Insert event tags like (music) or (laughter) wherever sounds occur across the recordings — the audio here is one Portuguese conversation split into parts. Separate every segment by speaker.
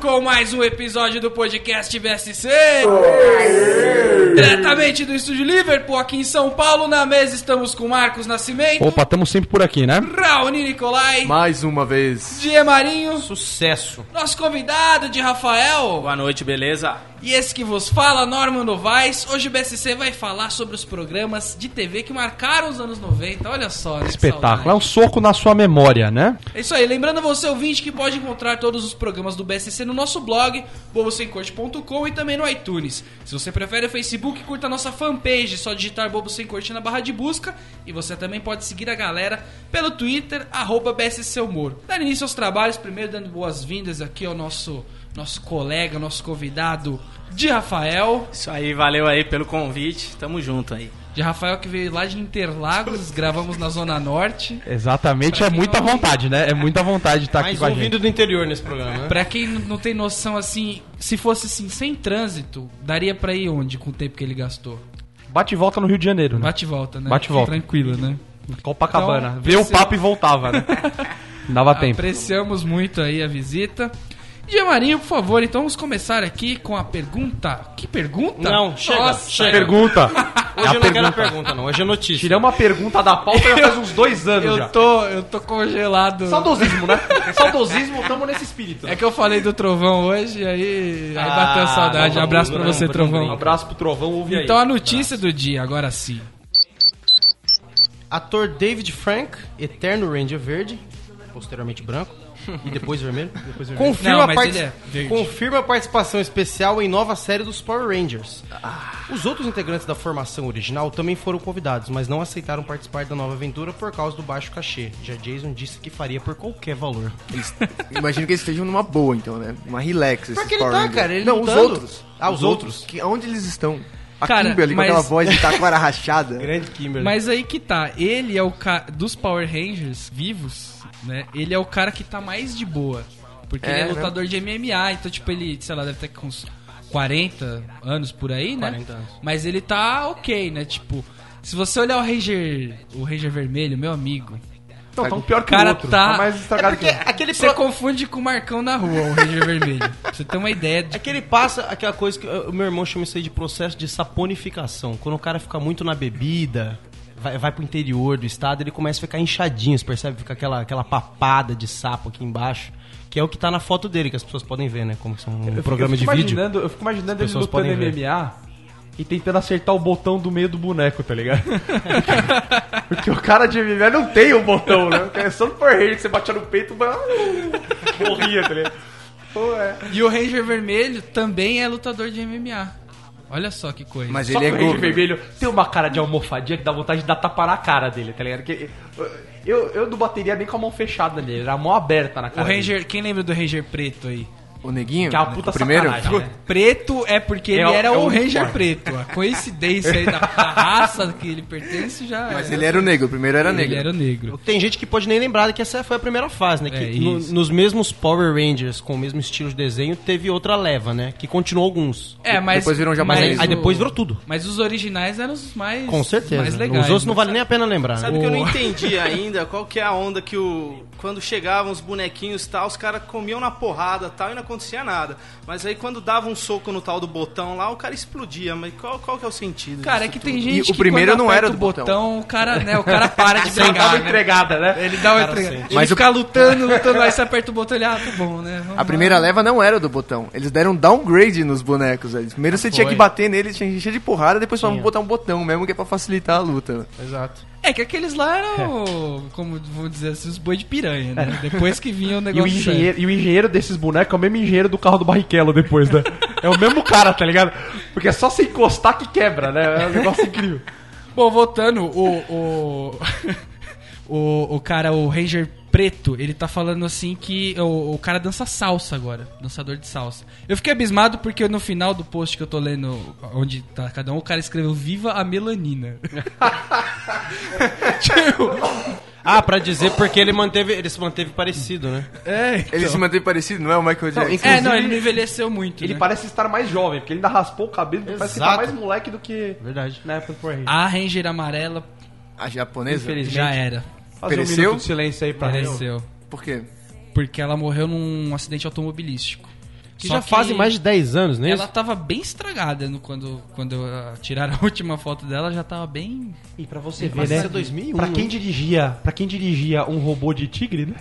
Speaker 1: com mais um episódio do podcast BSC. Diretamente do Estúdio Liverpool, aqui em São Paulo, na mesa estamos com Marcos Nascimento,
Speaker 2: Opa, estamos sempre por aqui, né?
Speaker 1: Raoni Nicolai,
Speaker 3: Mais uma vez.
Speaker 1: Die Marinho,
Speaker 4: Sucesso.
Speaker 1: nosso convidado de Rafael,
Speaker 4: Boa noite, beleza?
Speaker 1: E esse que vos fala, Norman Novaes. Hoje o BSC vai falar sobre os programas de TV que marcaram os anos 90. Olha só, né, que
Speaker 2: Espetáculo. É um
Speaker 1: saudade.
Speaker 2: soco na sua memória, né?
Speaker 1: É isso aí. Lembrando você, ouvinte, que pode encontrar todos os programas do BSC no nosso blog, bobosemcorte.com e também no iTunes. Se você prefere o Facebook, curta a nossa fanpage. É só digitar Bobo Sem Corte na barra de busca. E você também pode seguir a galera pelo Twitter, arroba BSC Humor. Dando início aos trabalhos, primeiro dando boas-vindas aqui ao nosso, nosso colega, nosso convidado de Rafael.
Speaker 4: Isso aí, valeu aí pelo convite. Tamo junto aí.
Speaker 1: De Rafael que veio lá de Interlagos, gravamos na Zona Norte.
Speaker 2: Exatamente, é muita vontade, né? É muita vontade de estar aqui
Speaker 5: Mais
Speaker 2: com a
Speaker 5: um
Speaker 2: gente.
Speaker 5: vindo do interior nesse programa, né?
Speaker 1: Pra quem n- não tem noção, assim, se fosse assim, sem trânsito, daria pra ir onde com o tempo que ele gastou?
Speaker 2: Bate e volta no Rio de Janeiro, né?
Speaker 1: Bate e volta, né?
Speaker 2: Bate e volta.
Speaker 1: Tranquilo, né?
Speaker 2: Copacabana.
Speaker 1: Então,
Speaker 2: Vê o
Speaker 1: você-
Speaker 2: papo e voltava, né? (laughs) Dava tempo.
Speaker 1: Apreciamos muito aí a visita. Dia Marinho, por favor, então vamos começar aqui com a pergunta. Que pergunta?
Speaker 5: Não, chega,
Speaker 1: Nossa,
Speaker 5: chega.
Speaker 2: Pergunta.
Speaker 5: Hoje eu não quero pergunta, não. Hoje é notícia.
Speaker 2: Tiramos uma pergunta da pauta já faz uns dois anos já.
Speaker 1: Eu tô, eu tô congelado.
Speaker 2: Saudosismo, né? (laughs) Saudosismo, tamo nesse espírito.
Speaker 1: É que eu falei do Trovão hoje, aí, aí
Speaker 2: Ah,
Speaker 1: bateu a saudade.
Speaker 2: não,
Speaker 1: Abraço
Speaker 2: não,
Speaker 1: pra você,
Speaker 2: não, Um
Speaker 1: Trovão.
Speaker 2: abraço pro Trovão, ouve aí.
Speaker 1: Então a notícia do dia, agora sim.
Speaker 5: Ator David Frank, eterno Ranger Verde, posteriormente branco, e depois vermelho. (laughs) Depois vermelho. Confirma,
Speaker 1: Não,
Speaker 5: a
Speaker 1: mas
Speaker 5: parti-
Speaker 1: ele é verde.
Speaker 5: confirma a participação especial em nova série dos Power Rangers. Os outros integrantes da formação original também foram convidados, mas não aceitaram participar da nova aventura por causa do baixo cachê. Já Jason disse que faria por qualquer valor.
Speaker 6: Imagino que eles estejam numa boa, então, né? Uma relax. esses
Speaker 5: Pra que ele
Speaker 6: Power
Speaker 5: tá,
Speaker 6: Rangers.
Speaker 5: cara? Ele
Speaker 6: não,
Speaker 5: não
Speaker 6: os
Speaker 5: tá
Speaker 6: outros.
Speaker 5: andando. Ah, os outros.
Speaker 6: Que, onde eles estão? A
Speaker 1: Cara,
Speaker 6: Kimberly
Speaker 1: mas-
Speaker 6: com aquela voz de taquara rachada.
Speaker 5: Grande Kimberly.
Speaker 1: Mas aí que tá, ele é o cara dos Power Rangers vivos, né? Ele é o cara que tá mais de boa. Porque
Speaker 6: É,
Speaker 1: ele é
Speaker 6: né?
Speaker 1: lutador de MMA, então tipo ele, sei lá, deve ter com uns 40 anos por aí, né?
Speaker 5: 40 anos.
Speaker 1: Mas ele tá OK, né? Tipo, se você olhar o Ranger, o Ranger vermelho, meu amigo,
Speaker 2: Então, tão pior que
Speaker 1: Cara,
Speaker 2: o outro.
Speaker 1: tá-
Speaker 2: mais estragado que o outro.
Speaker 5: é, aquele
Speaker 1: você confunde com o Marcão na rua, o Ranger vermelho. Pra você ter uma ideia de
Speaker 5: É que ele passa aquela coisa que uh, o meu irmão chama isso aí de processo de saponificação. Quando o cara fica muito na bebida, vai, vai pro interior do estado, ele começa a ficar inchadinho, você percebe? Fica aquela, aquela papada de sapo aqui embaixo, que é o que tá na foto dele, que as pessoas podem ver, né? Como são um programa de
Speaker 2: fico
Speaker 5: vídeo.
Speaker 2: imaginando- Eu fico imaginando ele
Speaker 5: pessoas
Speaker 2: lutando
Speaker 5: podem ver.
Speaker 2: MMA e tentando acertar o botão do meio do boneco, tá ligado? (laughs) Porque o cara de MMA não tem o botão, né? É só no Power Ranger que você batia no peito e morria, tá ligado? Pô, é.
Speaker 1: E o Ranger vermelho também é lutador de MMA. Olha só que coisa.
Speaker 6: Mas
Speaker 2: Só
Speaker 6: ele é
Speaker 2: que o Ranger
Speaker 6: gordo.
Speaker 2: vermelho tem uma cara de almofadinha que dá vontade de dar tapa na cara dele, tá ligado? Que eu, eu não bateria nem com a mão fechada nele, era a mão aberta na
Speaker 1: o
Speaker 2: cara dele.
Speaker 1: Ranger, quem lembra do Ranger preto aí?
Speaker 6: O neguinho?
Speaker 2: Que é uma
Speaker 6: né?
Speaker 2: puta
Speaker 6: o primeiro?
Speaker 2: sacanagem, né?
Speaker 1: Preto é porque ele
Speaker 2: É o-
Speaker 1: era
Speaker 2: é
Speaker 1: o
Speaker 2: o
Speaker 1: Ranger
Speaker 2: uniforme.
Speaker 1: preto. A coincidência aí da, da raça que ele pertence já. é
Speaker 6: Mas ele era o negro, o primeiro era
Speaker 1: Ele
Speaker 6: negro.
Speaker 1: era o negro.
Speaker 5: Tem gente que pode nem lembrar que essa foi a primeira fase, né? Que
Speaker 1: É,
Speaker 5: no-
Speaker 1: isso.
Speaker 5: nos mesmos Power Rangers, com o mesmo estilo de desenho, teve outra leva, né? Que continuou alguns.
Speaker 1: É, mas.
Speaker 6: Depois virou um
Speaker 1: mas
Speaker 6: japonês.
Speaker 1: o-
Speaker 5: Aí depois virou tudo.
Speaker 1: Mas os originais eram os mais.
Speaker 5: Com certeza.
Speaker 1: Mais legais.
Speaker 5: Os outros não vale nem a pena lembrar. né?
Speaker 4: Sabe que eu não entendi ainda qual que é a onda que o. Quando chegavam os bonequinhos e tal, os caras comiam na porrada e tal e não acontecia nada. Mas aí quando dava um soco no tal do botão lá, o cara explodia. Mas qual, qual que é o sentido?
Speaker 1: Cara, é
Speaker 4: disso
Speaker 1: que
Speaker 4: tudo?
Speaker 1: tem gente
Speaker 6: E o
Speaker 1: que
Speaker 6: primeiro
Speaker 1: quando
Speaker 6: não era
Speaker 1: aperta
Speaker 6: do
Speaker 1: o botão, o cara, né, o cara para de
Speaker 2: Dava
Speaker 1: pegar, né?
Speaker 2: entregada, né?
Speaker 1: Ele dá uma entregada. Ele
Speaker 6: Mas o-
Speaker 1: fica lutando, lutando, aí você aperta o botão e ele, ah, tá bom, né? vamos
Speaker 6: A
Speaker 5: Ah.
Speaker 6: primeira leva não era do botão. Eles deram downgrade nos bonecos. velho. Primeiro
Speaker 5: Ah,
Speaker 6: você tinha que bater neles, tinha que encher de porrada, depois só botar um botão mesmo, que é pra facilitar a luta.
Speaker 5: Exato.
Speaker 1: É que aqueles lá eram, como vou dizer assim, os boi de piranha, né? Depois que vinha o
Speaker 2: E o,
Speaker 1: negócio. sério.
Speaker 2: engenheiro, e o engenheiro desses bonecos é o mesmo engenheiro do carro do Barrichello depois, né? É o mesmo cara, tá ligado? Porque é só se encostar que quebra, né? É um negócio incrível.
Speaker 1: Bom, voltando, o. O, (laughs) o, o cara, o Ranger Preto, ele tá falando assim que. O, o cara dança salsa agora. Dançador de salsa. Eu fiquei abismado porque no final do post que eu tô lendo, onde tá cada um, o cara escreveu Viva a Melanina. tipo,
Speaker 5: Ah, pra dizer porque ele manteve, ele se manteve parecido, né?
Speaker 1: é.
Speaker 6: Ele se mantém parecido, não é o Michael Jackson.
Speaker 1: É, não, ele não envelheceu muito.
Speaker 2: Ele
Speaker 1: né?
Speaker 2: parece estar mais jovem, porque ele ainda raspou o cabelo, parece que tá
Speaker 5: Exato.
Speaker 2: mais moleque do que
Speaker 5: Verdade.
Speaker 2: na época do Power Rangers.
Speaker 1: A Ranger amarela
Speaker 6: A japonesa?
Speaker 1: já era.
Speaker 2: Fazer um
Speaker 6: pereceu?
Speaker 2: minuto de silêncio aí pra
Speaker 1: Apareceu.
Speaker 6: Por quê?
Speaker 1: Porque ela morreu num acidente automobilístico.
Speaker 5: Que
Speaker 1: Só
Speaker 5: já
Speaker 1: que
Speaker 5: fazem mais de 10 anos, né?
Speaker 1: Ela tava bem estragada no- quando, quando ah, tiraram a (laughs) última foto dela, já tava bem.
Speaker 2: E pra você
Speaker 5: ver,
Speaker 2: ver,
Speaker 5: né?
Speaker 2: né?
Speaker 5: Isso é 2001,
Speaker 2: pra,
Speaker 5: né?
Speaker 2: quem dirigia, pra quem dirigia um robô de tigre, né?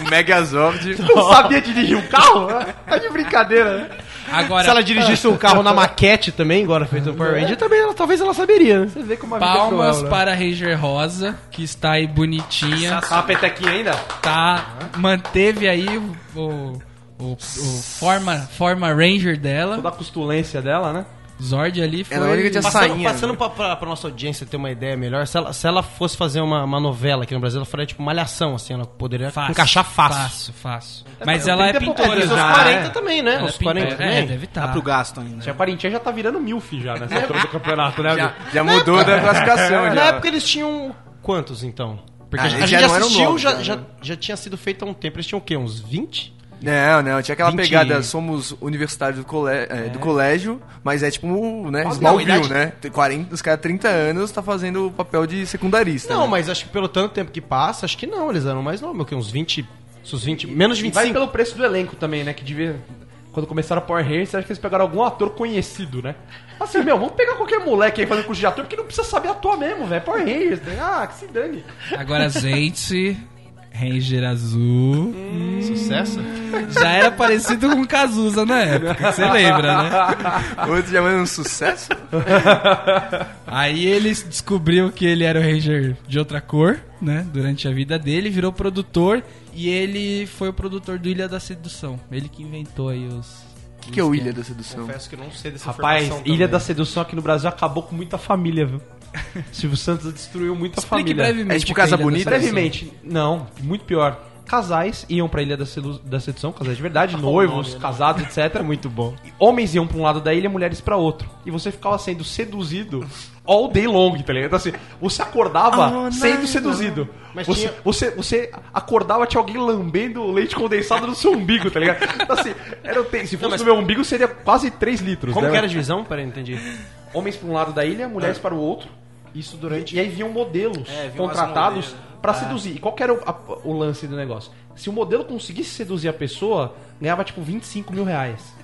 Speaker 6: O Megazord.
Speaker 2: Não sabia dirigir um carro? Tá de brincadeira, né?
Speaker 1: Agora,
Speaker 5: Se ela dirigisse um carro (laughs) na maquete também, agora feito um Power Ranger, também ela- talvez ela saberia, né?
Speaker 2: Você vê como a vida é cruel,
Speaker 1: palmas
Speaker 2: né?
Speaker 1: para a Ranger Rosa, que está aí bonitinha.
Speaker 2: Ah, a petequinha ainda?
Speaker 1: Tá, manteve aí o, o, o- o forma, forma Ranger dela.
Speaker 2: Toda a costulência dela, né?
Speaker 1: Zord ali foi.
Speaker 6: Ela é a única que tinha
Speaker 5: Passando,
Speaker 6: sainha.
Speaker 5: passando pra, pra, pra nossa audiência ter uma ideia melhor, se ela, se ela fosse fazer uma, uma novela aqui no Brasil, ela faria tipo malhação, assim, ela poderia
Speaker 1: Fácil,
Speaker 5: encaixar fácil.
Speaker 1: Fácil, fácil. Mas ela é
Speaker 2: tem que ter
Speaker 1: pintora.
Speaker 2: popularizado,
Speaker 5: Os
Speaker 2: Ah,
Speaker 5: 40
Speaker 2: é.
Speaker 5: também, né?
Speaker 1: Ela
Speaker 5: Os
Speaker 1: pinta-
Speaker 5: 40
Speaker 1: É,
Speaker 5: também.
Speaker 1: deve estar.
Speaker 4: Dá pro gasto ainda.
Speaker 2: Tia Parintinha já tá virando milf já
Speaker 5: (laughs)
Speaker 2: nessa altura do campeonato, né? amigo?
Speaker 6: Já mudou da classificação.
Speaker 5: Na
Speaker 6: já.
Speaker 5: época eles tinham quantos, então? Porque
Speaker 6: Ah,
Speaker 5: a gente a
Speaker 6: eles
Speaker 5: gente
Speaker 6: já não eram
Speaker 5: assistiu,
Speaker 6: novos,
Speaker 5: já,
Speaker 6: né?
Speaker 5: já, já tinha sido feito há um tempo. Eles tinham o quê? Uns 20?
Speaker 6: Não, não, tinha aquela
Speaker 5: 20.
Speaker 6: pegada, somos universitários do, cole- é, do colégio, mas é tipo, né,
Speaker 2: não,
Speaker 6: Smallville,
Speaker 2: idade-
Speaker 6: né? Tem 40, os caras 30 anos tá fazendo o papel de secundarista.
Speaker 5: Não,
Speaker 6: né?
Speaker 5: mas acho que pelo tanto tempo que passa, acho que não. Eles eram mais novos, que uns 20... Uns 20 menos de
Speaker 2: E Vai
Speaker 5: 25.
Speaker 2: pelo preço do elenco também, né? Que devia. Quando começaram a Power Rangers, acho que eles pegaram algum ator conhecido, né? Assim, meu, vamos pegar qualquer moleque aí fazendo curso de ator, porque não precisa saber atuar mesmo, velho. Power Rangers, né? Ah, que se dane.
Speaker 1: Agora, gente. Ranger azul.
Speaker 5: Sucesso?
Speaker 1: Já era parecido com Cazuza na época. Você lembra, né?
Speaker 6: Outro já mandando um sucesso.
Speaker 5: (laughs)
Speaker 1: Aí ele descobriu que ele era o Ranger de outra cor, né? Durante a vida dele, virou produtor e ele foi o produtor do Ilha da Sedução. Ele que inventou aí os.
Speaker 6: O que, que é o Ilha da Sedução?
Speaker 5: Confesso que não sei dessa
Speaker 2: Rapaz, Ilha
Speaker 5: informação
Speaker 2: da
Speaker 5: também.
Speaker 2: Sedução aqui no Brasil acabou com muita
Speaker 1: (laughs)
Speaker 2: família, viu? Silvio Santos destruiu muita
Speaker 1: Explique
Speaker 2: família.
Speaker 1: brevemente.
Speaker 6: É tipo
Speaker 1: o que a
Speaker 6: Casa
Speaker 1: Ilha da
Speaker 6: Bonita?
Speaker 1: Sedução.
Speaker 2: Brevemente, não, muito pior. Casais iam pra Ilha da, Selu- da Sedução, casais de
Speaker 5: Tá
Speaker 2: verdade, noivos,
Speaker 5: né? (laughs)
Speaker 2: casados, etc. Muito bom. Homens iam pra um lado da ilha, mulheres pra outro. E você ficava sendo seduzido all day long, tá ligado? Então, assim, você acordava sendo seduzido.
Speaker 5: Mas
Speaker 2: você,
Speaker 5: tinha-
Speaker 2: você, você acordava, tinha alguém lambendo o leite condensado no seu umbigo, tá ligado? Então, assim, era, o te- se fosse
Speaker 5: mas-
Speaker 2: no meu umbigo, seria quase 3 litros.
Speaker 5: Como
Speaker 2: né?
Speaker 5: que era a divisão? Peraí, não
Speaker 2: (laughs)
Speaker 5: entendi.
Speaker 2: homens para um lado da ilha, mulheres
Speaker 5: É.
Speaker 2: para o outro. Isso durante. E aí vinham modelos
Speaker 4: É, vinham as
Speaker 2: contratados
Speaker 4: modelos.
Speaker 2: para seduzir. E qual que era o, a- o lance do negócio? Se o modelo conseguisse seduzir a pessoa, ganhava tipo 25 mil reais.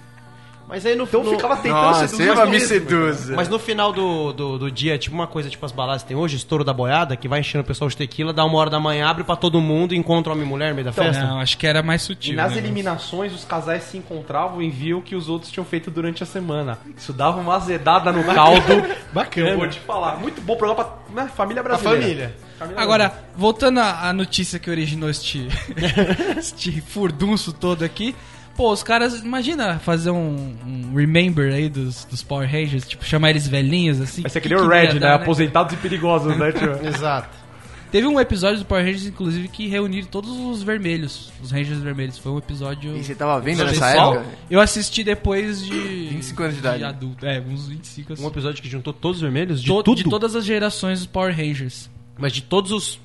Speaker 5: Mas aí no,
Speaker 2: Então
Speaker 5: no,
Speaker 2: ficava tentando
Speaker 6: Nossa,
Speaker 2: seduzir.
Speaker 6: você
Speaker 2: mas
Speaker 6: vai
Speaker 2: não
Speaker 6: me
Speaker 2: ia.
Speaker 6: seduz.
Speaker 5: Mas no final do, do, do dia, tipo uma coisa, tipo as baladas que tem hoje, estouro da boiada, que vai enchendo o pessoal de tequila, dá uma hora da manhã, abre pra todo mundo, encontra homem e mulher no meio da
Speaker 2: Então,
Speaker 5: festa.
Speaker 1: Não, acho que era mais
Speaker 2: E
Speaker 1: sutil.
Speaker 2: nas
Speaker 1: né?
Speaker 2: eliminações, os casais se encontravam e viam o que os outros tinham feito durante a semana. Isso dava uma azedada no caldo.
Speaker 5: Bacana.
Speaker 2: Eu vou te falar. Muito bom programa pra né, família
Speaker 5: a
Speaker 2: brasileira.
Speaker 5: família.
Speaker 1: Agora, voltando à à notícia que originou este, (laughs) este furdunço todo aqui. Pô, os caras, imagina fazer um, um remember aí dos, dos Power Rangers, tipo, chamar eles velhinhos, assim.
Speaker 2: Mas você
Speaker 1: Que
Speaker 2: queria o
Speaker 1: que ia
Speaker 2: Red, né?
Speaker 1: dar,
Speaker 2: Aposentados e perigosos, né,
Speaker 5: (laughs)
Speaker 2: tio?
Speaker 5: É. Exato.
Speaker 1: Teve um episódio do Power Rangers, inclusive, que reuniram todos os vermelhos, os Rangers vermelhos. Foi um episódio...
Speaker 6: E você tava vendo
Speaker 1: Episódio
Speaker 6: nessa
Speaker 1: pessoal.
Speaker 6: época?
Speaker 1: Eu assisti depois de... 25
Speaker 6: anos de idade.
Speaker 1: adulto. É, uns 25, assim.
Speaker 5: Um episódio que juntou todos os vermelhos, de
Speaker 1: To-
Speaker 5: tudo.
Speaker 1: de todas as gerações dos Power Rangers.
Speaker 5: Mas de todos os.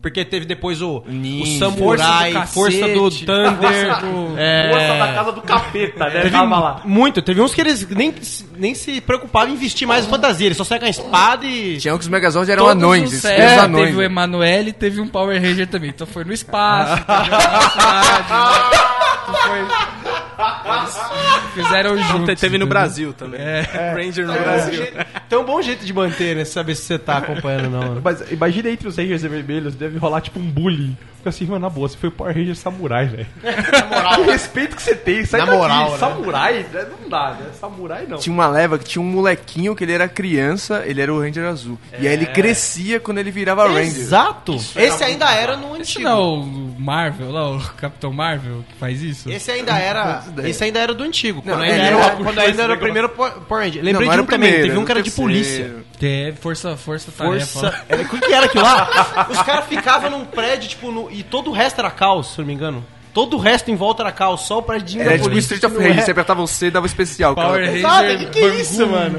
Speaker 5: Porque teve depois o, o
Speaker 6: Ninja.
Speaker 5: Samurai,
Speaker 1: Força
Speaker 5: Força
Speaker 1: do
Speaker 5: do,
Speaker 1: cacete.
Speaker 5: Thunder.
Speaker 1: Força do-
Speaker 5: é,
Speaker 2: Força da casa do capeta, né?
Speaker 5: Teve
Speaker 2: Tava lá.
Speaker 5: muito, teve uns que eles nem, se- nem se preocupavam em investir
Speaker 2: Uhum.
Speaker 5: mais em fantasia, eles só saem com a espada e.
Speaker 6: Tinha um que os Megazords eram
Speaker 1: Todos
Speaker 6: anões.
Speaker 1: os
Speaker 6: Eles
Speaker 1: séries,
Speaker 6: eram
Speaker 1: Teve o
Speaker 6: anões. né?
Speaker 1: Emanuele e teve um Power Ranger também. Então foi no
Speaker 6: (laughs)
Speaker 1: espaço, teve na cidade. Então foi...
Speaker 6: (laughs)
Speaker 1: Eles Fizeram juntos.
Speaker 4: Te- Teve no
Speaker 1: entendeu?
Speaker 4: Brasil também. Ranger no Brasil.
Speaker 5: Então, um bom jeito de manter, né? Saber se você tá acompanhando ou não. né?
Speaker 2: Mas imagina entre os Rangers vermelhos, deve rolar tipo um bullying. Fica assim, mano, na boa, você foi o Power Ranger Samurai, velho. Que respeito que você tem, sai
Speaker 5: né? Na
Speaker 2: daqui.
Speaker 5: moral, né? Tipo,
Speaker 2: Samurai, né? não dá, né? Samurai não.
Speaker 6: Tinha uma leva que tinha um molequinho que ele era criança, ele era o Ranger Azul. E aí
Speaker 1: É.
Speaker 6: ele crescia quando ele virava Ranger.
Speaker 5: Exato!
Speaker 6: é
Speaker 5: Esse ainda era no
Speaker 1: Esse
Speaker 5: antigo.
Speaker 1: não é o Marvel lá, o Capitão Marvel que faz isso?
Speaker 5: Esse ainda era. Esse ainda era do antigo.
Speaker 6: Não,
Speaker 5: quando ainda
Speaker 6: é,
Speaker 5: era,
Speaker 6: ele
Speaker 5: o-
Speaker 6: já
Speaker 5: quando ainda era o primeiro Po- Power Ranger.
Speaker 6: Não,
Speaker 5: Lembrei
Speaker 6: não
Speaker 5: de
Speaker 6: era
Speaker 5: um
Speaker 6: o
Speaker 5: também.
Speaker 6: primeiro,
Speaker 5: Teve um
Speaker 6: era
Speaker 5: que era
Speaker 6: o
Speaker 5: de
Speaker 6: terceiro.
Speaker 5: polícia.
Speaker 1: Teve é força, força, tarefa. lá.
Speaker 5: Força. (laughs) Era, como que era aquilo lá? Os caras ficavam num prédio, tipo, no- e todo o resto era caos, se eu não me engano. Todo o resto em volta era caos, só o prédio
Speaker 6: Era tipo Street of Rage, você apertava o C e dava o especial.
Speaker 1: é. Power
Speaker 6: cara.
Speaker 1: Ranger.
Speaker 5: Exato, que que é
Speaker 1: Bangu,
Speaker 5: isso, mano?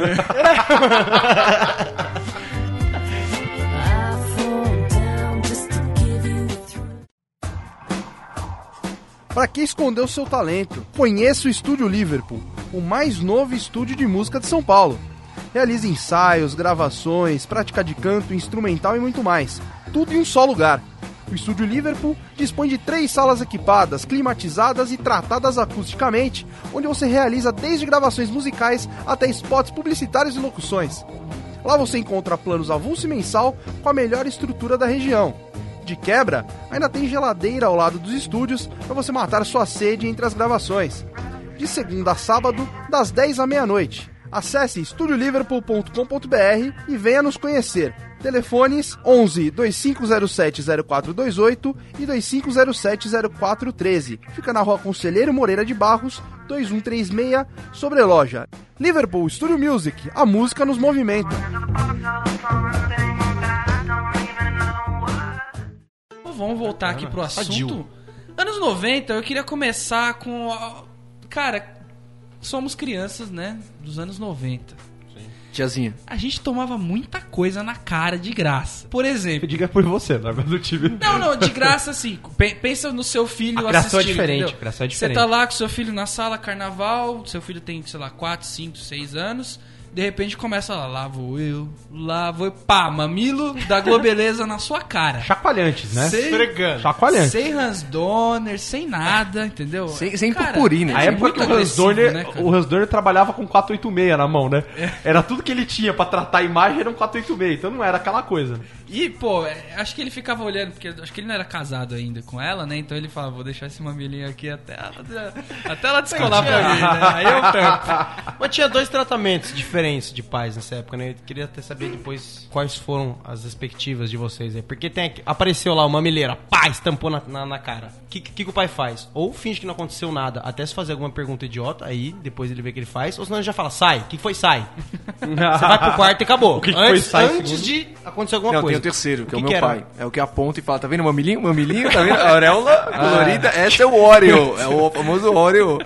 Speaker 3: I fall down just to give you a thrill.
Speaker 7: Para que esconder o seu talento? Conheça o Estúdio Liverpool, o mais novo estúdio de música de São Paulo. Realiza ensaios, gravações, prática de canto, instrumental e muito mais. Tudo em um só lugar. O estúdio Liverpool dispõe de três salas equipadas, climatizadas e tratadas acusticamente, onde você realiza desde gravações musicais até spots publicitários e locuções. Lá você encontra planos avulso e mensal com a melhor estrutura da região. De quebra, ainda tem geladeira ao lado dos estúdios para você matar sua sede entre as gravações. De segunda a sábado, das 10 à meia-noite. Acesse estudioliverpool.com.br e venha nos conhecer. Telefones 11 2507 0428 e 2507 0413. Fica na rua Conselheiro Moreira de Barros, 2136, sobre loja. Liverpool Studio Music, a música nos movimenta.
Speaker 1: Então, Vamos voltar
Speaker 5: Ah,
Speaker 1: aqui pro assunto. Anos 90, eu queria começar com. a- Cara, somos crianças, né? Dos anos 90.
Speaker 6: Tiazinha.
Speaker 1: A gente tomava muita coisa na cara de graça. Por exemplo.
Speaker 2: Diga por você, na verdade, do time.
Speaker 1: Não, não, de graça assim. pe- Pensa no seu filho
Speaker 5: A criação é
Speaker 1: assistindo,
Speaker 5: diferente,
Speaker 1: entendeu?
Speaker 5: a criação é
Speaker 1: Você tá
Speaker 5: diferente.
Speaker 1: lá com seu filho na sala, carnaval, seu filho tem, sei lá, 4, 5, 6 anos. De repente começa lá, lá vou eu, lá vou eu. Pá, mamilo da Globeleza na sua cara.
Speaker 2: Chacoalhantes, né?
Speaker 1: Sem-
Speaker 4: Esfregando.
Speaker 2: Chacoalhantes.
Speaker 1: Sem Hans Donner, sem nada, entendeu?
Speaker 6: Sem- sem
Speaker 1: Cara,
Speaker 6: purpurina.
Speaker 1: é
Speaker 2: A
Speaker 6: Sim,
Speaker 2: época
Speaker 1: muito
Speaker 2: que o Hans
Speaker 1: agressivo,
Speaker 2: Dorner,
Speaker 1: né, cara?
Speaker 2: o Hans Dorner trabalhava com 486 na mão, né? Era tudo que ele tinha pra tratar a imagem era um 486, então não era aquela coisa. né?
Speaker 1: E, pô, é, acho que ele ficava olhando, porque acho que ele não era casado ainda com ela, né? Então ele falava, vou deixar esse mamilinho aqui até ela, até ela descolar pra mim,
Speaker 5: (laughs)
Speaker 1: né? Aí eu tampo.
Speaker 5: Mas tinha dois tratamentos diferentes de pais nessa época, né? Eu queria até saber depois quais foram as respectivas de vocês aí. Porque tem aqui- apareceu lá uma milheira, pá, estampou na, na, na cara. O que, que, que o pai faz? Ou finge que não aconteceu nada, até se fazer alguma pergunta idiota, aí depois ele vê que ele faz. Ou senão ele já fala, sai, o que que foi, (laughs) sai? Você vai pro quarto e acabou.
Speaker 2: O que que foi,
Speaker 5: antes
Speaker 2: sai,
Speaker 5: antes de acontecer alguma
Speaker 6: Não, tem
Speaker 5: coisa.
Speaker 6: o terceiro, que, é
Speaker 5: O
Speaker 6: o
Speaker 5: que
Speaker 6: meu
Speaker 5: que era?
Speaker 6: pai. É o que aponta e fala, tá vendo o mamilinho? Mamilinho, tá vendo? A auréola colorida, essa é o Oreo. É o famoso Oreo.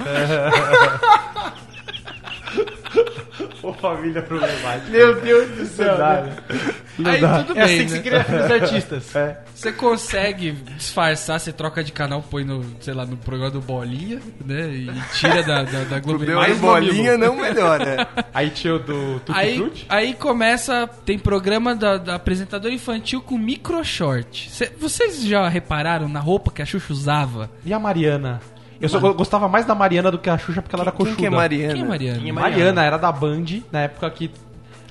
Speaker 2: Ô, família problemática. Meu Deus do céu.
Speaker 1: Aí tudo bem,
Speaker 5: (laughs) É assim que se
Speaker 1: né?
Speaker 5: cria filhos artistas.
Speaker 2: É.
Speaker 1: Você consegue disfarçar, você troca de canal, põe no, sei lá, no programa do Bolinha, né? E tira da, da, da Globo.
Speaker 6: Deu
Speaker 2: Mais
Speaker 6: mais bolinha, não melhora.
Speaker 2: Aí tinha o do Tutti
Speaker 1: Aí,
Speaker 2: Frutti.
Speaker 1: aí começa, tem programa da, da apresentadora infantil com micro short. Cê- vocês já repararam na roupa que a Xuxa usava?
Speaker 2: E a Mariana? Eu, só, eu gostava mais da Mariana do que a Xuxa porque ela era
Speaker 6: Quem
Speaker 2: coxuda.
Speaker 6: que é Mariana?
Speaker 1: Quem é Mariana?
Speaker 5: Quem é
Speaker 2: Mariana? Mariana era da Band, na época que...